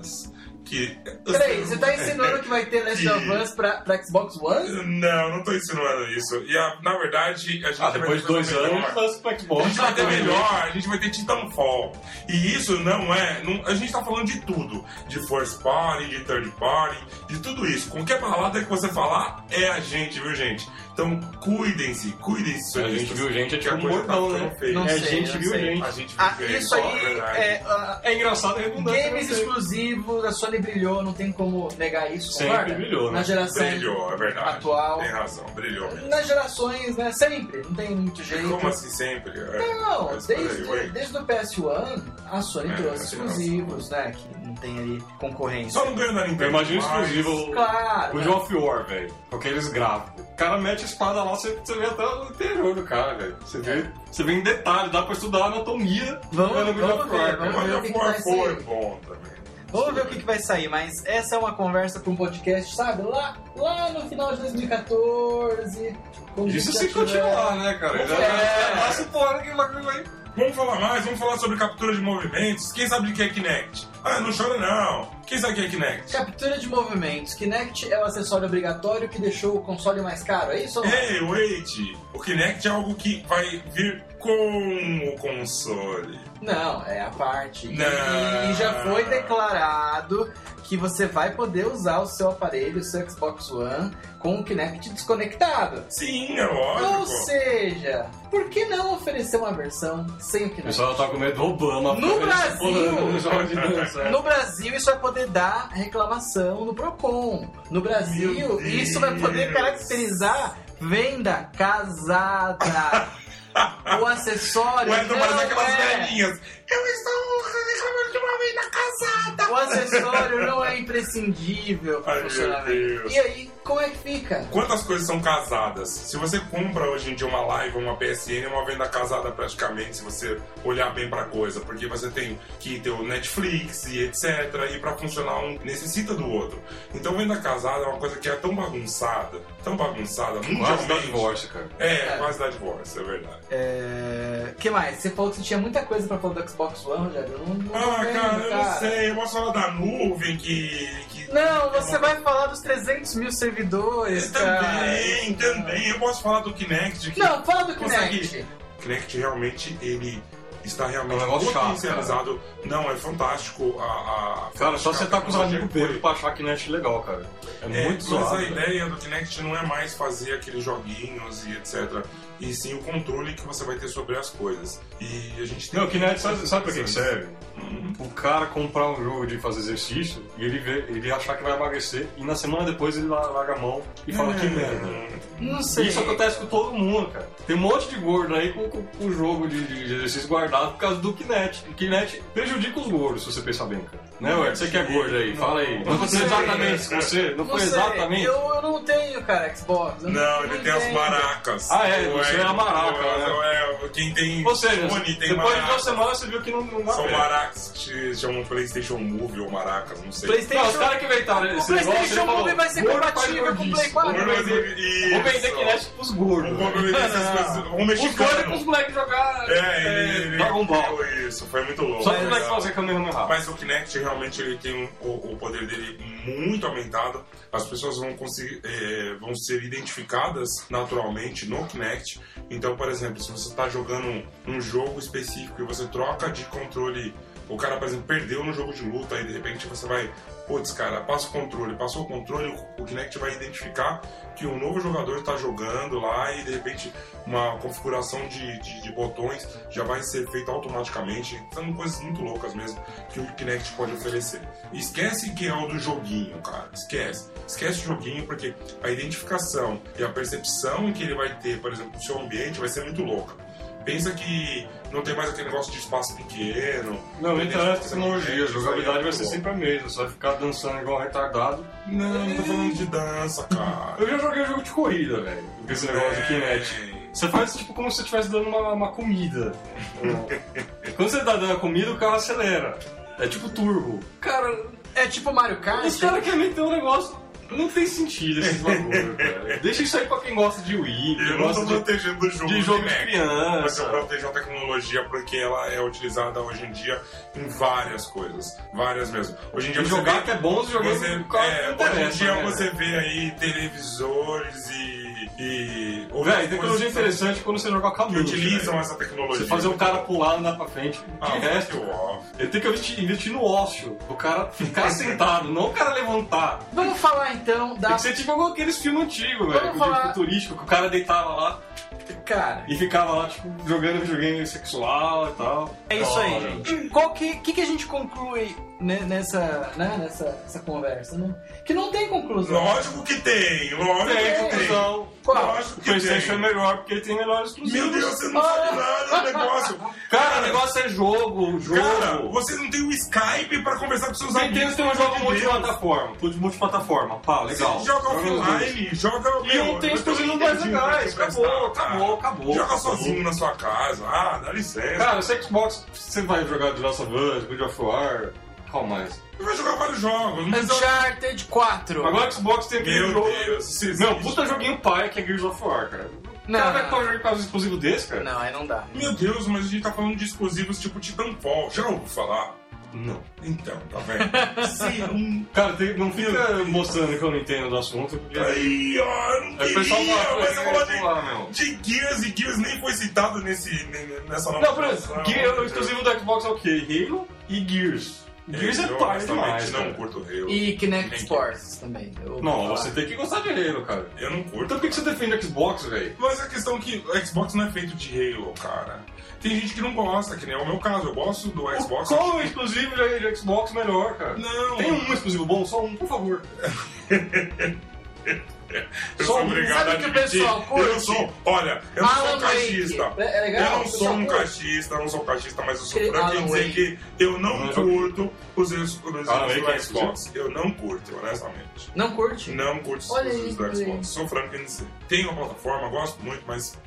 S2: Us, que.
S1: Peraí, você tá ensinando que vai ter Last of Us pra, pra Xbox One?
S2: Não, não tô insinuando isso. E a- na verdade, a gente
S3: Ah,
S2: vai
S3: depois de
S2: ter
S3: dois
S2: coisa
S3: anos,
S2: melhor.
S3: lança pro
S2: A
S3: Xbox.
S2: gente vai ter melhor, a gente vai ter Titanfall. E isso não é. não- a gente tá falando de tudo. De first party, de third party, de tudo isso. Qualquer palavra que você falar é a gente, viu, gente? Então cuidem-se, cuidem-se.
S3: A gente
S2: sonistas,
S3: viu gente, é
S2: que
S3: tipo
S2: a
S3: um
S2: coisa tá
S3: bordão,
S2: ficando
S3: né?
S2: feia.
S1: Não
S3: É,
S1: sei,
S3: gente
S1: não
S3: viu
S1: sei.
S3: gente.
S2: A gente viu
S1: Ah,
S2: gente,
S1: isso
S2: só a
S1: aí
S2: verdade.
S1: é. ah,
S3: É engraçado, é redundante.
S1: Games
S3: não sei.
S1: exclusivos, a Sony brilhou, não tem como negar isso,
S3: Sempre
S1: concorda?
S3: brilhou, né?
S1: Na geração
S2: Brilhou, é verdade.
S1: atual.
S2: Tem razão, brilhou mesmo.
S1: Nas gerações, né? Sempre, não tem muito jeito.
S2: Como assim sempre? É.
S1: Não,
S2: Mas peraí,
S1: desde,
S2: ué.
S1: desde o PS1, a Sony
S2: É,
S1: trouxe
S2: assim, nossa.
S1: exclusivos, né? Que não tem ali concorrência.
S2: Só não ganha da Nintendo.
S3: Eu imagino
S2: mas-
S3: exclusivo
S1: Claro.
S3: o João of War, velho. Com aqueles gráficos. O cara mete a espada lá, você, você vê até o interior do cara, velho. Você vê, você vê em detalhe, dá pra estudar a anatomia
S1: Vamos-
S3: do God
S1: vamos
S3: of
S1: ver, vamos
S3: War, cara.
S2: Mas
S1: ver o
S2: o
S1: que que
S2: War
S1: vai
S2: foi
S1: ser.
S2: bom também.
S1: Vamos ver o que, que vai sair, mas essa é uma conversa para um podcast, sabe? Lá, lá no final de 2014. quando
S3: Isso
S1: já
S3: se
S1: tiver-
S3: continuar, né, cara? Já,
S1: É.
S3: já passa por ano que vai- vai.
S2: Vamos falar mais, vamos falar sobre captura de movimentos. Quem sabe de que é Kinect? Ah, não chora não. Quem sabe o que é Kinect?
S1: Captura de movimentos. Kinect é o acessório obrigatório que deixou o console mais caro, é isso? ou não?
S2: Hey, wait! O Kinect é algo que vai vir com o console.
S1: Não, é a parte.
S2: Não.
S1: E já foi declarado que você vai poder usar o seu aparelho, o seu Xbox One, com o Kinect desconectado.
S2: Sim, é
S1: Ou
S2: lógico.
S1: seja, por que não oferecer uma versão sem o
S3: O
S1: Kinect?
S3: pessoal tá com medo do Obama.
S1: No
S3: Ele tá
S1: Brasil!
S3: pulando no jogo de
S2: é
S3: é. dança.
S1: No Brasil, isso vai poder dar reclamação no Procon. No Brasil,
S2: Meu
S1: isso vai poder
S2: Deus.
S1: caracterizar venda casada. o acessório.
S2: O Edson parece
S1: não
S2: aquelas
S1: é-
S2: velhinhas. Eu estou reclamando de uma venda casada.
S1: O acessório não é imprescindível pro
S2: Ai, meu
S1: funcionamento.
S2: Deus.
S1: E aí, como é que fica?
S2: Quantas coisas são casadas? Se você compra hoje em dia uma live ou uma PSN, é uma venda casada praticamente, se você olhar bem pra coisa, porque você tem que ter o Netflix e etc. E pra funcionar um necessita do outro. Então venda casada é uma coisa que é tão bagunçada, tão bagunçada,
S3: Quase dá
S2: mundialmente.
S3: divórcio, cara.
S2: É, quase dá divórcio, é verdade.
S1: É... que mais? Você falou que você tinha muita coisa pra falar do Xbox One, Rogério. Eu não, não
S2: Ah,
S1: lembro,
S2: cara, eu não sei, eu posso falar da nuvem que. que-
S1: Não, você vai falar dos 300 mil servidores, cara.
S2: Também, também. Eu posso falar do Kinect. Que
S1: Não, fala do
S2: Consegue.
S1: Kinect.
S2: Kinect realmente, ele está realmente
S3: É um negócio chato,
S2: potencializado. Não, é fantástico a. a-
S3: Cara, só você tá com os
S2: a
S3: amigos
S2: tecnologia
S3: pegos pra achar que net legal, cara. É,
S2: É, mas
S3: muito zoado.
S2: a
S3: velho.
S2: ideia do Kinect não é mais fazer aqueles joguinhos e etc. E sim o controle que você vai ter sobre as coisas. E a gente tem.
S3: Não, o Kinect sabe, sabe pra que que serve?
S2: Hum.
S3: O cara comprar um jogo de fazer exercício e ele, vê, ele achar que vai emagrecer e na semana depois ele la- larga a mão e fala
S1: É.
S3: que merda.
S1: Não sei.
S3: Isso acontece com todo mundo, cara. Tem um monte de gordo aí com, com, com jogo de, de exercício guardado por causa do Kinect. O Kinect prejudica os gordos, se você pensar bem, cara. Né, Ué? Você que é gordo aí, fala aí. Não, foi
S1: sei.
S3: exatamente você, não,
S1: Não
S3: foi
S1: sei.
S3: exatamente.
S1: Eu, eu não tenho, cara, Xbox. Eu
S2: Não, ele tem as
S1: tenho.
S2: maracas.
S3: Ah, é,
S2: Ou
S3: você é a maraca,
S2: ou é- ou é- quem tem
S3: Ou seja,
S2: Sony tem
S3: depois de uma
S2: maracas.
S3: semana você é viu que não, não dá
S2: São
S3: pé.
S2: maracas que te chamam PlayStation Move ou maracas, não sei.
S1: PlayStation.
S3: Não, os caras que inventaram
S1: O
S3: esse negócio,
S1: PlayStation
S3: ele falou,
S1: Mobile vai ser
S3: gordo faz
S1: compatível com o Play
S3: gordice.
S1: 4.
S2: Vou vender- Isso.
S3: Vou vender Kinect pros gordos.
S2: Vou vender essas
S1: Não.
S2: coisas- Um
S3: Os gordos
S2: mexicano.
S3: pros moleques jogar
S2: É, ele, ele
S3: Dragon Ball.
S2: criou Isso, foi muito louco.
S3: Só os moleques
S2: Legal.
S3: fazer Kamehameha.
S2: Mas o Kinect realmente ele tem um- o, o poder dele muito aumentado. As pessoas vão conseguir eh, vão ser identificadas naturalmente no Kinect. Então, por exemplo, se você está jogando um jogo específico e você troca de controle, o cara, por exemplo, perdeu no jogo de luta e de repente você vai, putz, cara, passa o controle, passou o controle, o, o Kinect vai identificar que um novo jogador está jogando lá e de repente uma configuração de, de- de botões já vai ser feita automaticamente. São coisas muito loucas mesmo que o Kinect pode oferecer. Esquece que é o do joguinho, cara. Esquece. Esquece o joguinho, porque a identificação e a percepção que ele vai ter, por exemplo, do seu ambiente vai ser muito louca. Pensa que não tem mais aquele negócio de espaço pequeno.
S3: Não, não interessa a tecnologia, a
S2: Isso aí é
S3: jogabilidade vai
S2: muito
S3: ser
S2: bom.
S3: sempre a mesma, você vai ficar dançando igual um retardado.
S2: Não, não tô falando de dança, cara.
S3: Eu já joguei jogo de corrida, velho, com esse negócio de Kinect.
S2: É.
S3: Você faz tipo como se você estivesse dando uma, uma comida. Quando você tá dando a comida, o carro acelera. É tipo turbo. Cara,
S1: É tipo Mario Kart.
S3: Os caras querem meter um negócio. Não tem sentido esses bagulho, cara. Deixa isso aí pra quem gosta de Wii, quem
S2: Eu não
S3: gosta
S2: tô
S3: de,
S2: protegendo o jogo
S3: de
S2: do
S3: jogo de
S2: Kinect. Mas eu
S3: criança.
S2: protejo a tecnologia porque ela é utilizada hoje em dia em várias coisas. Várias mesmo. Hoje em dia
S3: De
S2: você
S3: jogar
S2: vê-
S3: que é bom, os joguinhos
S2: Você,
S3: que o cara
S2: é, hoje
S3: não
S2: em
S3: interessa.
S2: dia
S3: né,
S2: você vê aí televisores e. e outras
S3: Véi,
S2: coisas
S3: tecnologia
S2: que-
S3: interessante quando você jogar com a
S2: Que
S3: mão.
S2: utilizam essa tecnologia.
S3: Você fazer o cara pular, andar pra frente.
S2: Ah,
S3: de resto,
S2: fuck off.
S3: ele tem que investir, investir no ócio. O cara ficar sentado, não o cara levantar.
S1: Vamos falar então
S3: Tem
S1: da.
S3: que ser tipo igual aqueles filmes antigos, velho.
S1: Vamos
S3: com o
S1: falar-
S3: jeito futurístico, que o cara deitava lá
S1: Cara,
S3: e ficava lá, tipo, jogando videogame sexual e tal.
S1: é isso
S3: Da
S1: aí,
S3: hora.
S1: gente. Qual que, que, que a gente conclui ne- nessa, né, nessa, nessa conversa? né? Que não tem conclusão.
S2: Lógico que tem, lógico
S3: Tem
S2: que tem.
S3: conclusão.
S1: Qual?
S2: Lógico
S3: O
S2: que
S3: PlayStation é
S2: tem.
S3: melhor porque ele tem melhores exclusivos.
S2: Meu Deus, você não sabe nada do negócio.
S3: Cara, o negócio é jogo, jogo.
S2: Cara, você não tem o Skype pra conversar com seus
S3: Você tem
S2: amigos.
S3: que ter um
S2: pelo amor
S3: jogo
S2: de Deus.
S3: multiplataforma. tudo Multiplataforma, pá, legal.
S2: Você joga offline, joga.
S3: E eu tenho exclusivo mais legais. né? Acabou, acabou, acabou.
S2: tá Joga
S3: acabou.
S2: sozinho na sua casa. Ah, dá licença.
S3: Cara, esse Xbox, você vai jogar The Last of Us, God of War, qual mais?
S2: Você vai jogar vários jogos. Não precisa
S1: Uncharted 4.
S3: Agora o Xbox tem aquele
S2: Meu
S3: jogo...
S2: Deus, isso existe.
S3: Não, puta joguinho pai que é Gears of War, cara. O
S1: Não.
S3: cara vai um ficar jogando quase exclusivo desse, cara?
S1: Não, aí não dá.
S2: Meu Deus, mas a gente tá falando de exclusivos tipo Titanfall. Já ouviu falar?
S3: Não.
S2: Então, tá vendo? Sim. um-
S3: Cara, tem- não fica mostrando que eu não entendo do assunto, porque...
S2: Aí, ó, eu não
S3: Aí o
S2: queria,
S3: pessoal fala,
S2: mas eu
S3: "Pô,
S2: vou
S3: vamos lá, meu.
S2: de, de Gears e Gears nem foi citado nesse, ne- nessa nova
S3: Não, por exemplo,
S2: geração.
S3: Gear- o exclusivo do Xbox é o quê? Halo e Gears. Gears é,
S2: eu,
S3: pai
S2: honestamente,
S3: demais,
S2: não
S3: cara.
S2: curto Halo.
S1: E Kinect
S2: Tem.
S1: Sports também. eu-
S3: Não, você tem que gostar de Halo, cara.
S2: Eu não curto.
S3: Então por que que você defende Xbox, velho?
S2: Mas a questão é que o Xbox não é feito de Halo, cara. Tem gente que não gosta, que nem é o meu caso. Eu gosto do Xbox.
S3: Qual é o exclusivo de de Xbox melhor, cara?
S2: Não.
S3: Tem um exclusivo bom? Só um, por favor.
S2: Eu
S3: Só
S2: sou
S3: um.
S2: obrigado
S1: Sabe
S2: a
S1: o que o
S2: admitir.
S1: pessoal
S2: Eu
S1: curte?
S2: sou, olha, eu não sou
S1: Alan Wake.
S2: caixista.
S1: É é legal?
S2: Eu não
S1: Você
S2: sou um
S1: curte?
S2: caixista, eu não sou caixista, mas eu sou
S1: Ele-
S2: franco
S1: Alan
S2: em dizer
S1: Wake.
S2: que eu não
S3: Não,
S2: curto os exclusivos
S3: Alan Uhum. Wake é
S2: do Xbox. Eu não curto, honestamente.
S1: Não curte?
S2: Não curto os
S1: Olha
S2: exclusivos
S1: aí,
S2: do
S1: gente.
S2: Xbox. Sou franco em dizer. Tenho uma plataforma, gosto muito, mas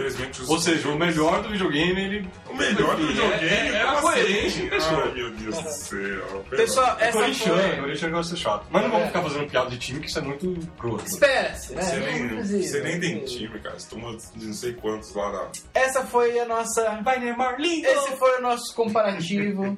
S2: Infelizmente, os
S3: Ou seja, o
S2: jogos-
S3: melhor do videogame, ele.
S2: O melhor do
S3: Enfim,
S2: videogame
S3: é- é- era
S2: como assim?
S3: coerente,
S2: Ai,
S3: pessoal.
S2: meu Deus do céu.
S1: Pessoal,
S3: É
S1: essa
S3: corintiano, é
S1: foi...
S3: corintiano gosta de ser chato. Mas não vamos
S1: É.
S3: ficar fazendo piada de time, que isso é muito cruel.
S1: Espera-se, né?
S2: Você
S1: Não
S2: nem,
S1: precisa,
S2: você nem
S1: não
S2: tem
S1: precisa.
S2: time, cara. Você tomou de não sei quantos lá na.
S1: Essa foi a nossa...
S3: Vai, Neymar, lindo!
S1: Esse foi o nosso comparativo.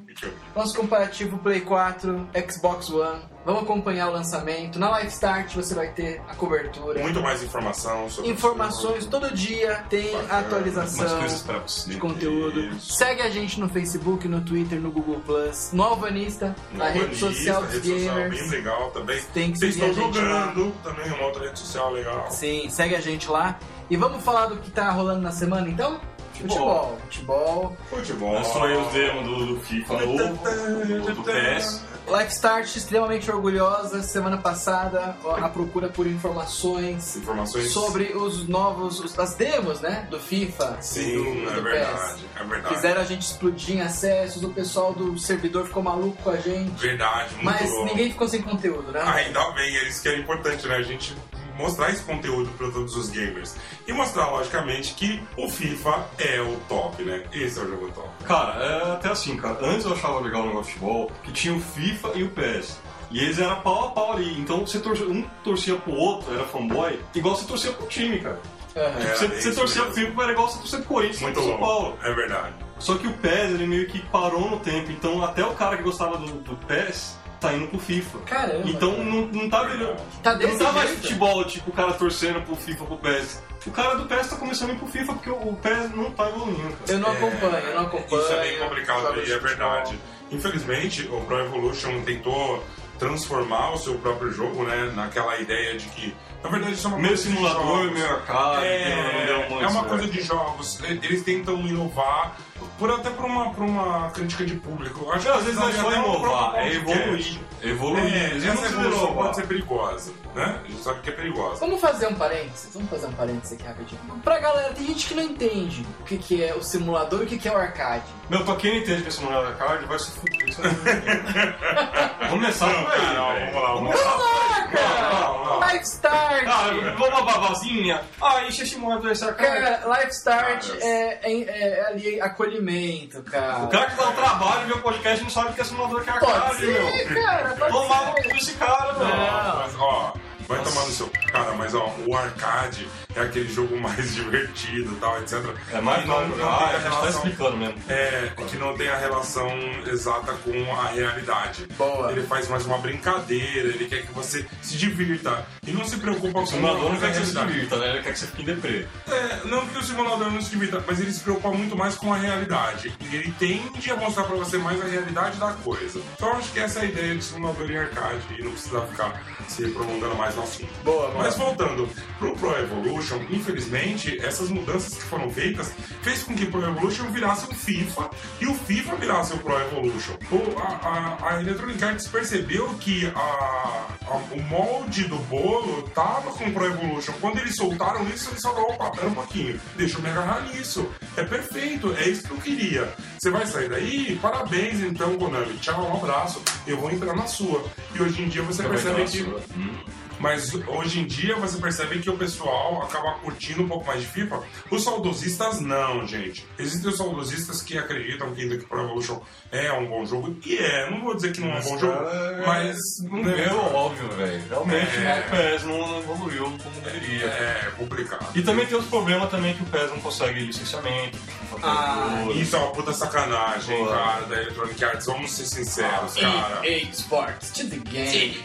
S1: Nosso comparativo Play 4, Xbox One. Vamos acompanhar o lançamento. Na Live Start você vai ter a cobertura.
S2: Muito mais informação sobre.
S1: Informações todo dia tem
S2: Bacana.
S3: Umas
S1: atualização
S3: coisas pra você.
S1: de conteúdo.
S2: Isso.
S1: Segue a gente no Facebook, no Twitter, no Google Plus, no Alvanista, na
S2: Novo
S1: rede
S2: Anista,
S1: social dos
S2: rede social bem
S1: gamers.
S2: legal também.
S1: Tem que
S2: Vocês
S1: seguir a
S2: estão
S1: gente lá.
S2: jogando também, uma outra rede social legal.
S1: Sim, segue a gente lá. E vamos falar do que tá rolando na semana então?
S3: Futebol.
S1: Futebol. Futebol.
S2: Futebol.
S3: Lançou aí os demos do, do FIFA novo, do PS.
S1: Life Start extremamente orgulhosa semana passada, ó, a procura por informações
S2: Informações.
S1: sobre os novos, os- as demos, né? Do FIFA.
S2: Sim,
S1: do,
S2: é
S1: do
S2: verdade. É
S1: PES.
S2: verdade.
S1: Fizeram a gente explodir em acessos, o pessoal do servidor ficou maluco com a gente.
S2: Verdade, muito
S1: Mas
S2: bom.
S1: ninguém ficou sem conteúdo, né?
S2: Ainda bem, é isso que era importante, né? A gente mostrar esse conteúdo para todos os gamers. E mostrar, logicamente, que o FIFA é o top, né? Esse é o jogo top.
S3: Cara, é até assim, cara. Antes eu achava legal o negócio de futebol, que tinha o FIFA e o PS. E eles eram pau a pau ali. Então você torcia, um torcia pro outro, era fanboy, igual você torcia pro time, cara. Tipo,
S1: Aham.
S2: É,
S3: você
S2: é
S3: você
S2: isso
S3: torcia pro
S2: mesmo.
S3: FIFA, era igual você torcia pro Corinthians,
S2: Muito
S3: pro São Paulo.
S2: bom. É verdade.
S3: Só que o PES, ele meio que parou no tempo. Então até o cara que gostava do, do PES tá indo pro FIFA.
S1: Caramba.
S3: Então não, não tá virando.
S2: Verdade.
S1: tá
S3: Não
S1: desse
S3: tá
S2: é
S3: mais
S1: jeito?
S3: futebol, tipo, o cara torcendo pro FIFA, pro PES. O cara do PES tá começando a ir pro FIFA porque o o PES não tá evoluindo, cara.
S1: Eu não
S2: É,
S1: acompanho, eu não acompanho.
S2: Isso é bem complicado,
S1: jogos
S2: e
S1: de
S2: é
S1: futebol.
S2: verdade. Infelizmente, o Pro Evolution tentou transformar o seu próprio jogo, né? Naquela ideia de que, na verdade, isso é uma
S3: Meio
S2: coisa de
S3: simulador,
S2: jogos.
S3: meio arcade, um
S2: É,
S3: não deu muito
S2: é uma
S3: certo.
S2: coisa de jogos. Eles tentam inovar, por até por uma, por uma crítica de público. Acho
S3: Não,
S2: que
S3: às
S2: isso
S3: vezes não é só
S2: até um
S3: inovar,
S2: próprio
S3: é
S2: podcast.
S3: evoluir. Evoluir.
S2: É,
S3: Eles
S2: essa
S3: não
S2: evolução
S3: evolução
S2: pode ser perigosa, né? A gente sabe que é perigosa.
S1: Vamos fazer um parênteses? Vamos fazer um parênteses aqui rapidinho. Pra galera, tem gente que não entende o que, que é o simulador e o que, que é o arcade.
S3: Meu, pra quem não entende que um esse manual da card vai se fuder. isso é- Começar
S2: Não,
S3: por aí,
S2: cara, não,
S3: velho.
S2: vamos lá, vamos lá.
S1: Caraca!
S2: não.
S1: Life Start!
S3: Ah, vou uma babazinha. Ah, enche esse moedor essa cara.
S1: Cara, é, Life Start
S2: Cara.
S1: é, é- é ali acolhimento, cara.
S3: O cara que dá um trabalho vê o podcast não sabe o que é simulador que é
S1: Pode
S3: arcade, meu.
S1: ser, cara, pode
S3: Tomava
S1: ser.
S3: no cu esse cara,
S1: Não.
S3: velho.
S2: Mas, ó, vai tomar no seu. Cara, mas ó, o arcade é aquele jogo mais divertido e tal, etc.
S3: É
S2: E não-
S3: né?
S2: não
S3: Ah,
S2: tem
S3: tá
S2: a relação-
S3: mesmo.
S2: É, que não tem a relação exata com a realidade.
S1: Boa.
S2: Ele faz mais uma brincadeira, ele quer que você se divirta. E não se preocupa com
S3: O simulador não quer que você se
S2: realidade.
S3: divirta, né? Ele quer que você fique em deprê.
S2: É, não que o simulador não se divirta, mas ele se preocupa muito mais com a realidade. E ele tende a mostrar pra você mais a realidade da coisa. Então eu acho que essa é a ideia de simulador em arcade e não precisar ficar se prolongando mais no assunto.
S1: Boa, boa.
S2: Mas voltando pro Pro Evolution, infelizmente, essas mudanças que foram feitas fez com que o Pro Evolution virasse um FIFA e o FIFA virasse o Pro Evolution. O- a, a, a Electronic Arts percebeu que a- a- o molde do bolo tava com o Pro Evolution. Quando eles soltaram isso, eles falaram, opa, pera um pouquinho, deixa eu me agarrar nisso. É perfeito, é isso que eu queria. Você vai sair daí? Parabéns então, Konami. Tchau, um abraço. Eu vou entrar na sua. E hoje em dia você percebe que...
S3: Hum.
S2: Mas hoje em dia você percebe que o pessoal acaba curtindo um pouco mais de FIFA. Os saudosistas não, gente. Existem os saudosistas que acreditam que ainda que Pro Evolution é um bom jogo. E é, não vou dizer que não é um bom jogo, mas.
S3: Não
S2: né,
S3: é óbvio, velho. Realmente né?
S2: É.
S3: o PES não não evoluiu como deveria.
S2: É complicado.
S3: E também tem outro problema também que o PES não consegue licenciamento.
S1: Ah,
S3: fatura.
S2: Isso é uma puta sacanagem,
S3: Boa.
S2: cara, da Electronic Arts. Vamos ser sinceros,
S1: Ah,
S2: cara.
S1: Ei, ei, Sports, to the game.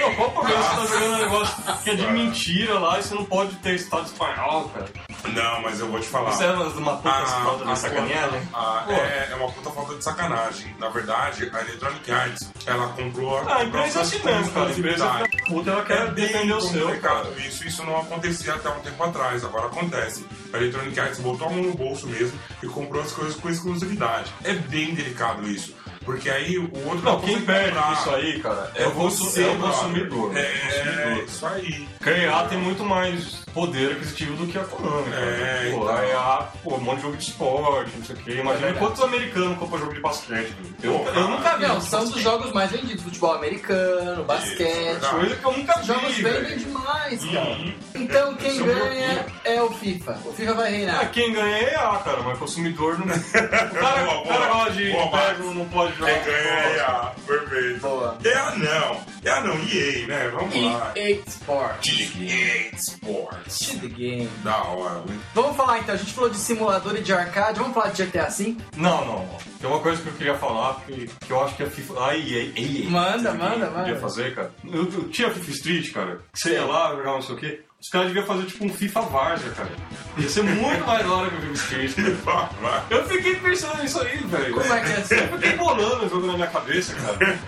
S3: Não, qual o
S2: Ah.
S3: problema? Você tá jogando um negócio que é de mentira lá e você não pode ter estado espanhol, cara.
S2: Não, mas eu vou te falar.
S3: Isso é uma
S2: Ah,
S3: puta falta de né? sacaneada.
S2: a-
S3: Pô.
S2: é, é uma puta falta de sacanagem. Na verdade, a Electronic Arts, ela comprou
S3: Ah, a empresa é assim mesmo, cara. A empresa
S2: exclusividade.
S3: fica puta, ela
S2: É
S3: quer
S2: bem
S3: defender o seu,
S2: complicado
S3: cara.
S2: Isso, isso não acontecia até um tempo atrás, agora acontece. A Electronic Arts botou a mão no bolso mesmo e comprou as coisas com exclusividade. É bem delicado isso. Porque aí o outro
S3: Não, quem
S2: consegue
S3: perde
S2: comprar.
S3: isso aí, cara, é, o consu- é o
S2: brother.
S3: consumidor.
S2: É,
S3: consumidor.
S2: isso aí.
S3: Porque a EA tem muito mais poder aquisitivo do que a Konami. cara. Tipo,
S2: É,
S3: pô,
S2: então. É
S3: a EA, pô, um monte de jogo de esporte, não sei o quê. Imagina
S1: verdade.
S3: quantos americanos compram jogo de basquete. velho. Eu,
S2: Pô,
S3: eu
S2: cara.
S3: nunca vi.
S1: Não, são dos jogos mais vendidos. Futebol americano,
S2: Isso,
S1: basquete.
S2: verdade.
S3: Coisa que eu nunca
S1: Os
S3: vi.
S1: jogos
S3: velho.
S1: vendem demais, cara.
S2: Uhum.
S1: E Então quem
S2: Isso é um
S1: ganha é o FIFA. O FIFA vai
S3: Ah,
S1: reinar.
S3: quem ganha é a cara, mas consumidor não. O cara,
S2: Boa,
S3: o cara
S2: boa.
S3: gosta de
S2: Boa,
S3: pega,
S2: Max.
S3: não pode jogar.
S2: Quem ganha é a. Perfeito.
S1: Boa.
S2: É a não. É a não. EA, né? Vamos lá.
S1: EA Sports.
S2: EA Sports.
S1: To the game.
S2: Da hora. né?
S1: Vamos falar então, a gente falou de simulador e de arcade, vamos falar de GTA V?
S3: Não, não, não. Tem uma coisa que eu queria falar que, que eu acho que a FIFA. Ai, ai, ai. ai.
S1: Manda,
S3: Sabe o que
S1: manda,
S3: eu Podia
S1: manda.
S3: fazer, cara. Eu, eu tinha FIFA Street, cara. que Você ia lá, jogava não sei o quê. Os caras deviam fazer tipo um FIFA Varsa, cara. Ia ser muito mais da hora que o FIFA Street. cara.
S2: Vai, vai.
S3: Eu fiquei pensando nisso aí, velho.
S1: Como é que é
S3: Eu fiquei bolando o jogo na minha cabeça, cara.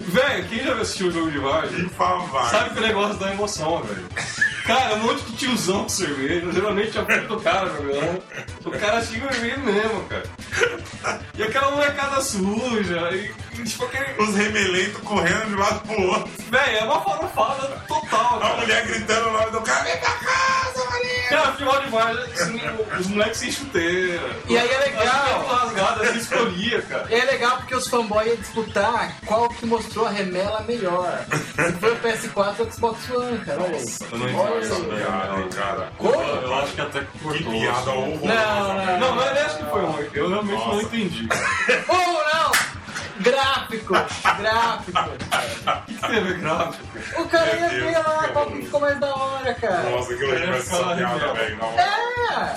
S3: velho, quem já assistiu o jogo de Varsa?
S2: FIFA vai.
S3: Sabe que o negócio da emoção, velho. Cara, um monte de tiozão com cerveja. Geralmente é a frente do cara jogando. O cara xinga o vermelho mesmo, cara. E aquela molecada suja. E, e tipo, aquele...
S2: Os remelentos correndo de um lado pro outro.
S3: Velho, é uma farofada total,
S2: A
S3: cara.
S2: mulher gritando o nome do cara. Vem pra casa, Maria.
S3: Cara, final de varja, assim, os moleques sem chuteira.
S1: E aí é legal.
S3: As caras rasgadas, assim, escolhia, cara.
S1: E é legal porque os fanboys iam disputar qual que mostrou a remela melhor. Se foi o PS4 ou o Xbox One, cara, olha aí.
S3: Eu não
S1: Olha
S3: entendo essa
S1: aí.
S2: Piada, hein, cara.
S1: Como?
S3: Eu acho que até cortou.
S2: Que piada horrorosa.
S1: Não, não,
S3: Não, mas eu acho que foi ruim. Eu realmente não
S2: Nossa.
S3: entendi.
S1: Ou não! Gráficos, gráficos.
S3: O que que teve gráfico?
S1: O cara ia
S2: Meu Deus,
S1: ver lá
S2: cara.
S1: qual que ficou mais da hora, cara.
S2: Nossa, que horrível essa
S3: Cara,
S2: piada,
S3: cara.
S2: velho. Não,
S1: É!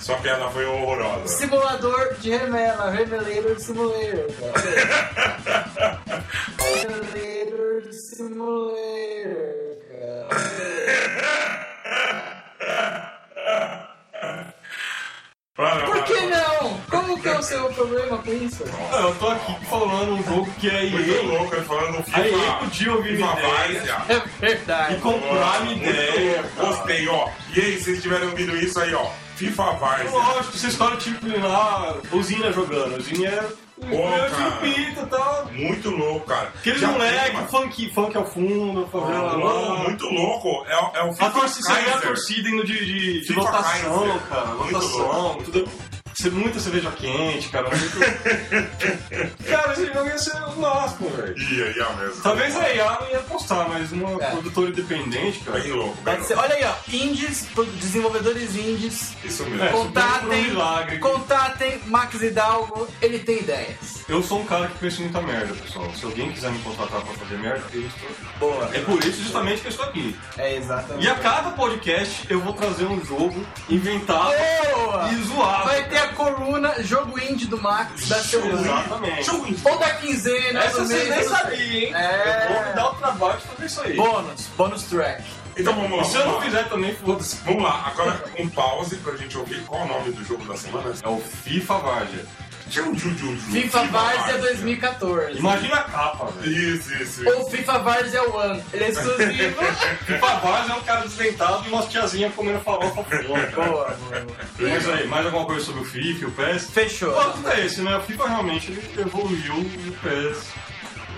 S2: Sua piada foi horrorosa.
S1: Simulador de remela, Remelator Simulator, cara. Remelator Simulator, cara.
S2: Para,
S1: Por que não? Como que é o seu problema com isso?
S3: Não, eu tô aqui falando um jogo que é
S2: Muito
S3: EA.
S2: louco, ele falando FIFA.
S3: A EA podia ouvir
S2: FIFA
S3: minha
S2: vai,
S3: ideia
S2: já.
S1: É
S3: e
S1: verdade.
S3: comprar minha
S2: Muito
S3: ideia.
S2: louco,
S3: cara.
S2: Gostei, ó. E aí, vocês tiveram ouvido isso aí, ó. FIFA Varsa.
S3: Lógico, essa história tipo lá, usina jogando. Usina era um
S2: cara.
S3: pinto e tal.
S2: Muito louco, cara.
S3: Aqueles
S2: Já tem,
S3: moleque,
S2: mano.
S3: funk, funk ao fundo, favela
S2: Louco,
S3: lá.
S2: Muito louco. É, o- é o
S3: A
S2: FIFA
S3: torcida, você vê a
S2: Kaiser.
S3: torcida indo de, de, de
S2: FIFA
S3: lotação,
S2: Kaiser.
S3: cara.
S2: Muito
S3: Lotação, tudo. Você- Muita cerveja quente, cara. muito- cara, esse jogo ia ser um máximo, velho.
S2: Ia, ia mesmo.
S3: Talvez a IA não ia postar, mas uma
S1: É.
S3: produtora independente, cara.
S2: Bem louco, bem
S1: Pode ser.
S2: louco.
S1: Olha aí, ó. Indies, pro- desenvolvedores indies,
S2: Isso
S3: É,
S2: mesmo.
S3: por um
S1: Contatem,
S3: milagre.
S1: contatem Max Hidalgo, ele tem ideias.
S3: Eu sou um cara que pensa em muita merda, pessoal. Se alguém quiser me contratar pra fazer merda, eu estou.
S1: Boa.
S3: É por isso justamente que eu estou aqui.
S1: É exatamente.
S3: E a cada podcast eu vou trazer um jogo inventado
S1: Boa!
S3: e zoado.
S1: Vai ter a coluna Jogo Indie do Max da semana.
S3: Exatamente.
S2: Jogo em
S1: Ou da quinzena,
S3: Essa
S1: do
S3: você
S1: mês.
S3: nem
S1: não sei.
S3: sabia, hein?
S1: É.
S3: Eu vou me dar o trabalho de fazer isso aí.
S1: Bônus, bônus track.
S2: Então vamos lá.
S3: se eu não
S2: vamos lá.
S3: fizer também, foda-se.
S2: Vamos lá, agora um pause pra gente ouvir qual é o nome do jogo da semana. um
S3: É o FIFA Varja.
S2: Tchum, tchum, tchum, tchum.
S1: FIFA é Várzea
S2: Várzea.
S1: 2014.
S3: Imagina a capa, velho.
S2: Isso, isso, isso.
S1: Ou FIFA Várzea One. Ele é exclusivo.
S3: FIFA Varja é um cara desdentado e umas tiazinhas comendo farofa fora.
S1: boa, boa, boa.
S3: Mas aí, mais alguma coisa sobre o FIFA e o PES?
S1: Fechou.
S3: O fato é esse, né? O FIFA realmente ele evoluiu e o PES.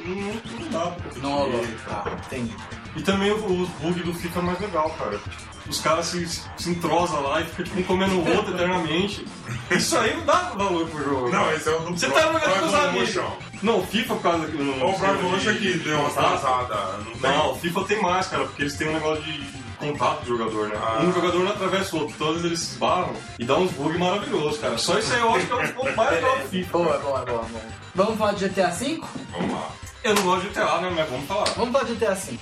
S3: Não, não dá pra
S1: Não rolou.
S3: competir, cara.
S1: Tá, entendi.
S3: E também o, o bug do FIFA é mais legal, cara. Os caras se, se entrosam lá e ficam tipo, um comendo o outro eternamente. Isso aí não dá valor pro jogo.
S2: Não, esse é o do
S3: Você
S2: Pro-
S3: tá jogando com os
S2: Pro
S3: amigos.
S2: Evolution.
S3: Não, o FIFA por causa do. Tá?
S2: Ou o Pro Evolution que deu uma atrasada. Não, tem?
S3: Não, o FIFA tem mais, cara, porque eles têm um negócio de contato do jogador, né?
S2: Ah.
S3: Um jogador não atravessa o outro, todos eles se esbarram e dá uns bugs maravilhosos, cara. Só isso aí eu acho que é um ponto mais legal do FIFA.
S1: Boa, boa, boa, boa. Vamos falar de GTA V?
S2: Vamos lá.
S3: Eu não gosto de GTA, né? Mas vamos falar.
S1: Vamos um falar de GTA V.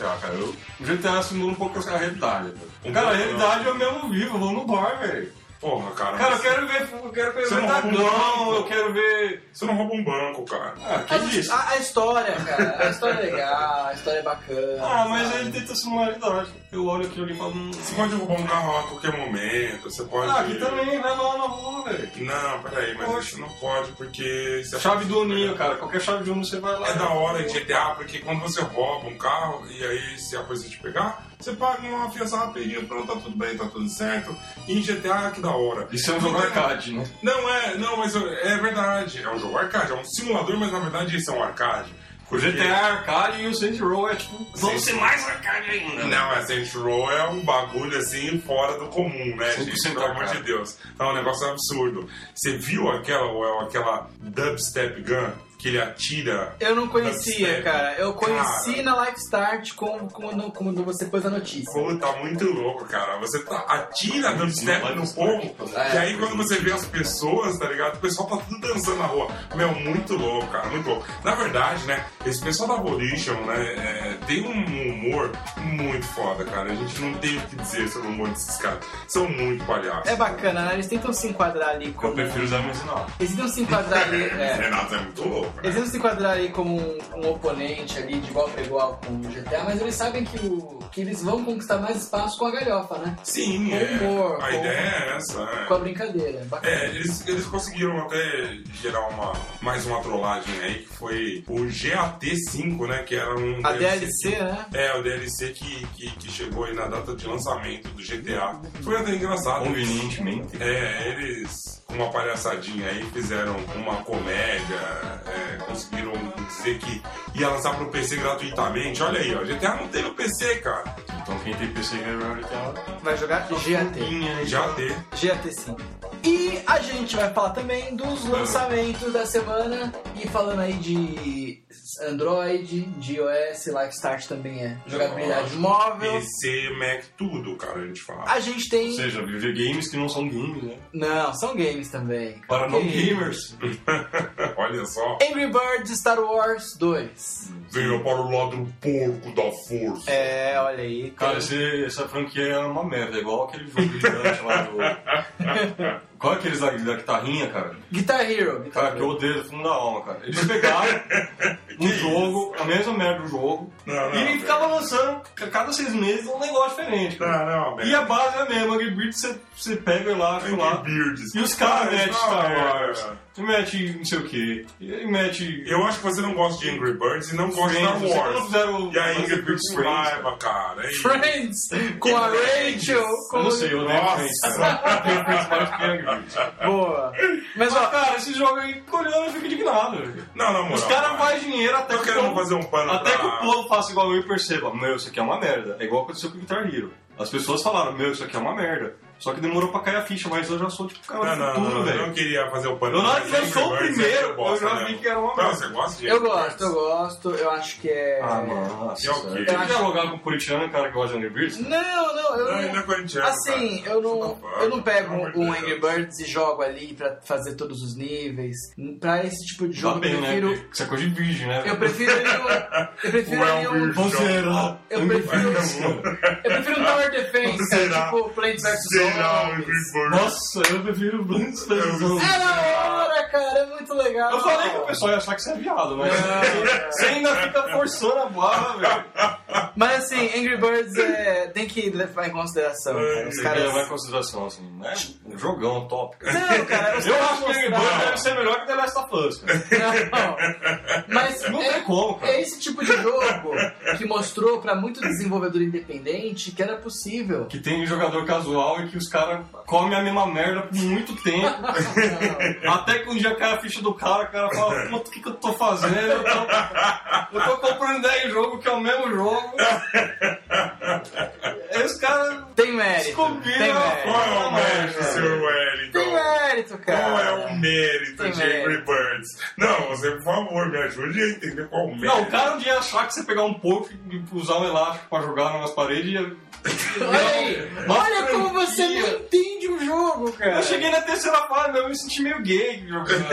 S3: Ah, cara, eu, o GTA simula um pouco a realidade. Cara, cara a realidade eu mesmo vivo, eu vou no bar, velho.
S2: Porra, cara.
S3: Cara, eu
S2: mas
S3: quero ver, eu quero ver
S2: Você não rouba um
S3: Verdadão,
S2: banco?
S3: eu quero ver.
S2: Você não rouba um banco, cara.
S3: Ah, que
S1: Mas
S3: isso?
S1: A, a história, cara. A história é legal, a história é bacana.
S3: Ah, mas
S1: sabe?
S3: ele tenta simular a realidade. Eu olho aquilo ali e falo. hum,
S2: Você pode roubar um carro lá a qualquer momento. Você pode.
S3: Ah, aqui também, vai lá na rua, velho.
S2: Não, peraí, mas
S3: Poxa.
S2: isso não pode porque. se a-
S3: Chave do Oninho, cara. Qualquer chave de Uno você vai lá.
S2: É da hora em GTA, porque quando você rouba um carro e aí se a polícia te pegar, você paga uma fiança rapidinho, pronto, tá tudo bem, tá tudo certo. E em GTA, que da hora.
S3: Isso é um jogo
S2: Não tem-
S3: arcade, né?
S2: Não, é, não, mas eu- é verdade. É um jogo arcade, é um simulador, mas na verdade isso é um arcade.
S3: O GTA é arcade e o Saints Row é tipo. Vamos ser mais arcade ainda. né?
S2: Não, mas Saints Row é um bagulho assim fora do comum, né,
S3: 100%
S2: gente? Pelo amor Então,
S3: arcade.
S2: de Deus. É um negócio absurdo. Você viu aquela, Well, aquela é dubstep gun? que ele atira.
S1: Eu não
S2: Dubstep.
S3: Tá
S1: conhecia, cara. Eu conheci
S2: Cara.
S1: na Live Start com- quando, quando você pôs a notícia.
S2: Pô, tá muito louco, cara. Você tá, atira dubstep no povo.
S1: É.
S2: E aí quando você vê as pessoas, tá ligado? O pessoal tá tudo dançando na rua. Meu, muito louco, cara, muito louco. Na verdade, né, esse pessoal da Volition, né, é, tem um humor muito foda, cara. A gente não tem o que dizer sobre o humor desses caras. São muito palhaços.
S1: É bacana, né? Eles tentam se enquadrar ali
S3: Eu
S1: como.
S3: prefiro usar medicinal.
S1: Eles tentam se enquadrar ali. é.
S2: Renato é muito louco, né?
S1: Eles tentam se enquadrar ali como um, um oponente ali de igual para igual com o GTA, mas eles sabem que, o, que eles vão conquistar mais espaço com a galhofa, né?
S2: Sim,
S1: Com
S2: é.
S1: humor,
S2: a
S1: com-
S2: ideia é essa. é.
S1: Com a brincadeira. Bacana.
S2: É, eles, eles conseguiram até gerar uma, mais uma trollagem aí, que foi o GAT5, né? Que era
S3: É,
S2: um.
S1: A
S2: DLC.
S1: DLC, né?
S2: É, o DLC que, que, que chegou aí na data de lançamento do GTA.
S1: Uhum.
S2: Foi até engraçado.
S3: Convenientemente.
S2: É, eles, com uma palhaçadinha aí, fizeram uma comédia, é, conseguiram dizer que ia lançar pro PC gratuitamente. Olha aí, ó, GTA não tem no PC, cara.
S3: Então quem tem PC Gamer tem
S1: Vai jogar GAT.
S3: uma
S2: Já tem. é.
S1: GAT 5. E a gente vai falar também dos lançamentos da semana e falando aí de Android, de iOS, Live Start também é jogabilidade
S2: Lógico.
S1: móvel.
S2: PC, Mac, tudo, cara, a gente fala.
S1: A gente
S3: Ou
S1: tem.
S3: seja, videogames que não são games, né?
S1: Não, são games também.
S3: Para não
S1: Games.
S3: gamers.
S2: Olha só.
S1: Angry Birds Star Wars 2.
S2: Venha para o lado porco da força.
S1: É, olha aí.
S3: Cara,
S1: tem-
S3: esse- essa franquia é uma merda, é igual aquele jogo gigante lá do. Qual é aqueles da, da guitarrinha, cara?
S1: Guitar Hero. Guitar
S3: Cara, que eu
S1: Hero.
S3: odeio do fundo da alma, cara. Eles pegaram um jogo, a mesma merda do jogo,
S2: Não, não,
S3: e
S2: velho.
S3: ficavam lançando a cada seis meses um negócio diferente, cara.
S2: Ah, Não, não, velho.
S3: E a base é a mesma, Angry Birds você- você pega lá,
S2: Angry
S3: lá.
S2: Birds.
S3: E os caras metem
S2: Não, é,
S3: Star
S2: não,
S3: Wars,
S2: não.
S3: e mete não sei o que, e mete.
S2: é. Eu acho que você não gosta de Angry Birds e não gosta de Star
S3: Friends, vocês não
S2: Wars.
S3: fizeram-
S2: E a Angry
S3: fazer
S2: Birds
S3: Friends,
S2: raiva, cara. é Ei,
S1: Friends com a Rachel. Com...
S3: Eu não sei, eu odeio
S2: Nossa.
S3: Friends. cara. Eu odeio Friends mais que Angry Birds.
S1: Boa. Mas
S3: Mas,
S1: ó,
S3: cara, esse jogo aí, olhando, eu fico indignado. velho.
S2: Não, na moral.
S3: Os caras fazem dinheiro até
S2: Eu
S3: que, o
S2: quero
S3: povo,
S2: fazer um pano
S3: até
S2: pra...
S3: que o povo faça igual eu e perceba, meu, isso aqui é uma merda. É igual aconteceu com o Guitar Hero. As pessoas falaram, meu, isso aqui é uma merda. Só que demorou pra cair a ficha, mas eu já sou tipo
S2: Não,
S3: cara do
S2: não, não,
S3: futuro,
S2: não, eu
S3: velho.
S2: não queria fazer o pano
S3: Eu, na hora
S2: pra
S3: que lançou o
S2: Angry Birds,
S3: primeiro,
S2: eu gosto,
S3: eu já
S2: né?
S3: vi que era um uma
S1: Ah,
S2: Não,
S3: merda.
S2: você gosta de
S1: eu
S2: Angry
S1: gosto, eu
S2: Birds?
S1: gosto. Eu acho que é.
S3: Ah, nossa.
S2: É o quê?
S3: sério. Tem que dialogar com o corintiano, cara, que gosta de Angry Birds?
S1: Não, não, eu
S2: Não, ele não é
S1: não.
S2: corintiano,
S3: Tá,
S1: Assim,
S2: cara.
S1: eu
S2: Você
S1: não,
S2: tá falando,
S1: eu não pego
S2: pelo amor de
S1: um
S2: Deus.
S1: Angry Birds e jogo ali pra fazer todos os níveis. Pra esse tipo de jogo,
S3: Tá bem,
S1: eu
S3: né?
S1: prefiro.
S3: Isso é coisa de virgem, né?
S1: Eu prefiro ali um. Eu prefiro
S2: Ué,
S1: ali
S2: um
S1: um.
S2: bicho.
S3: Será?
S1: Eu prefiro- Eu prefiro um Tower Defense,
S2: Será?
S1: tipo Plants vs
S2: Será, Angry
S1: Zombies.
S2: Birds?
S3: Nossa, eu prefiro Blunts
S2: Eu-
S1: É da hora, cara, é muito legal.
S3: Eu falei que o pessoal ia achar que você é viado, mas
S1: Não.
S3: você ainda fica forçando a barra, velho.
S1: Mas assim, Angry Birds é, tem que levar em consideração. Cara. Os
S3: Você
S2: é
S3: quer levar em
S1: caras.
S3: é consideração, assim, né? Um jogão top, cara.
S1: Não, cara, os
S3: Eu
S1: caras
S3: acho que Angry
S1: mostraram-
S3: Birds deve ser melhor que The Last of Us, cara.
S1: Não, mas
S3: Não
S1: é,
S3: tem como, cara.
S1: é esse tipo de jogo que mostrou pra muito desenvolvedor independente que era possível.
S3: Que tem jogador casual e que os caras comem a mesma merda por muito tempo. Até que um dia cai a ficha do cara, o cara fala, puta, o que, que eu tô fazendo? Eu tô, eu tô comprando 10 jogos que é o mesmo jogo. Aí os caras
S1: Tem mérito.
S3: descobriram
S1: Tem
S3: a
S1: mérito.
S2: Qual é o
S3: forma,
S2: mérito,
S3: cara.
S2: senhor Wellington?
S1: Tem mérito, cara.
S2: Qual é o mérito
S1: Tem
S2: de Angry
S1: mérito.
S2: Birds? Não, você, por favor, me ajude a entender qual o mérito.
S3: Não, o cara um dia achar que você pegar um porco e usar um elástico pra jogar nas paredes ia...
S1: Olha aí.
S3: Uma
S1: Olha como
S3: franquia.
S1: você não entende o jogo, cara.
S3: Eu cheguei na terceira fase, mas eu me senti meio gay jogando.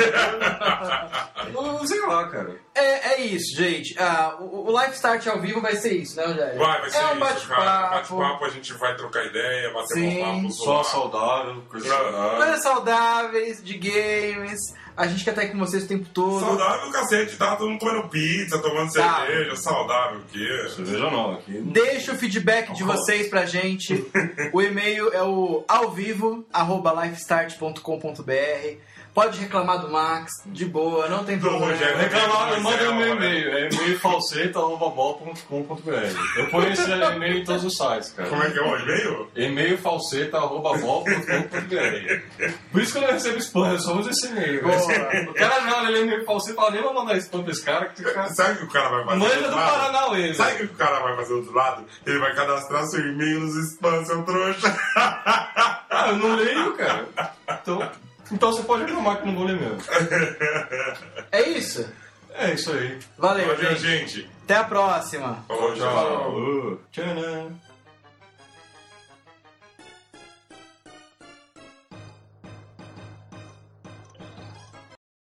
S3: eu, sei lá, cara.
S1: É, é isso, gente. Ah, o, o Live Start ao vivo vai ser isso, né, Jair?
S2: Vai, vai ser
S1: é um
S2: isso, cara.
S1: bate-papo.
S2: Bate-papo, a gente vai trocar ideia, bater
S1: Sim.
S2: um papo.
S3: Só
S2: zoar.
S3: saudável, coisa
S2: Pra-
S3: saudável.
S1: Coisas saudáveis, de games. A gente quer estar aí com vocês o tempo todo.
S2: Saudável, cacete, tá todo mundo comendo pizza, tomando
S1: Tá.
S2: cerveja, saudável o quê?
S3: Cerveja não, aqui.
S1: Deixa o feedback de vocês pra gente. O e-mail é o ao vivo, lifestart.com.br. Pode reclamar do Max, de boar, não tem
S2: Do Rogério.
S1: problema.
S3: Reclamar, manda um e-mail.
S2: né?
S3: É e-mail falseta.com.br. Eu ponho esse e-mail em todos os sites, cara.
S2: Como é que é o e-mail?
S3: E-mail falseta.com.br Por isso que eu não recebo spam, eu só uso esse e-mail. velho. O cara já olha e-mail falseta e fala, nem vou mandar spam pra esse cara que fica...
S2: Sabe o que o cara vai fazer? do
S3: Manja do
S2: outro lado?
S3: Paranauê.
S2: Sabe o que o cara vai fazer do outro lado? Ele vai cadastrar seu e-mail nos spam, seu trouxa.
S3: Ah, eu não leio, cara. Então, então você pode reclamar que eu não vou ler mesmo.
S1: É isso?
S3: É isso aí.
S1: Valeu,
S2: Valeu,
S1: gente.
S2: gente.
S1: Até a próxima.
S2: Falou, tchau.
S3: Falou. Tcharam.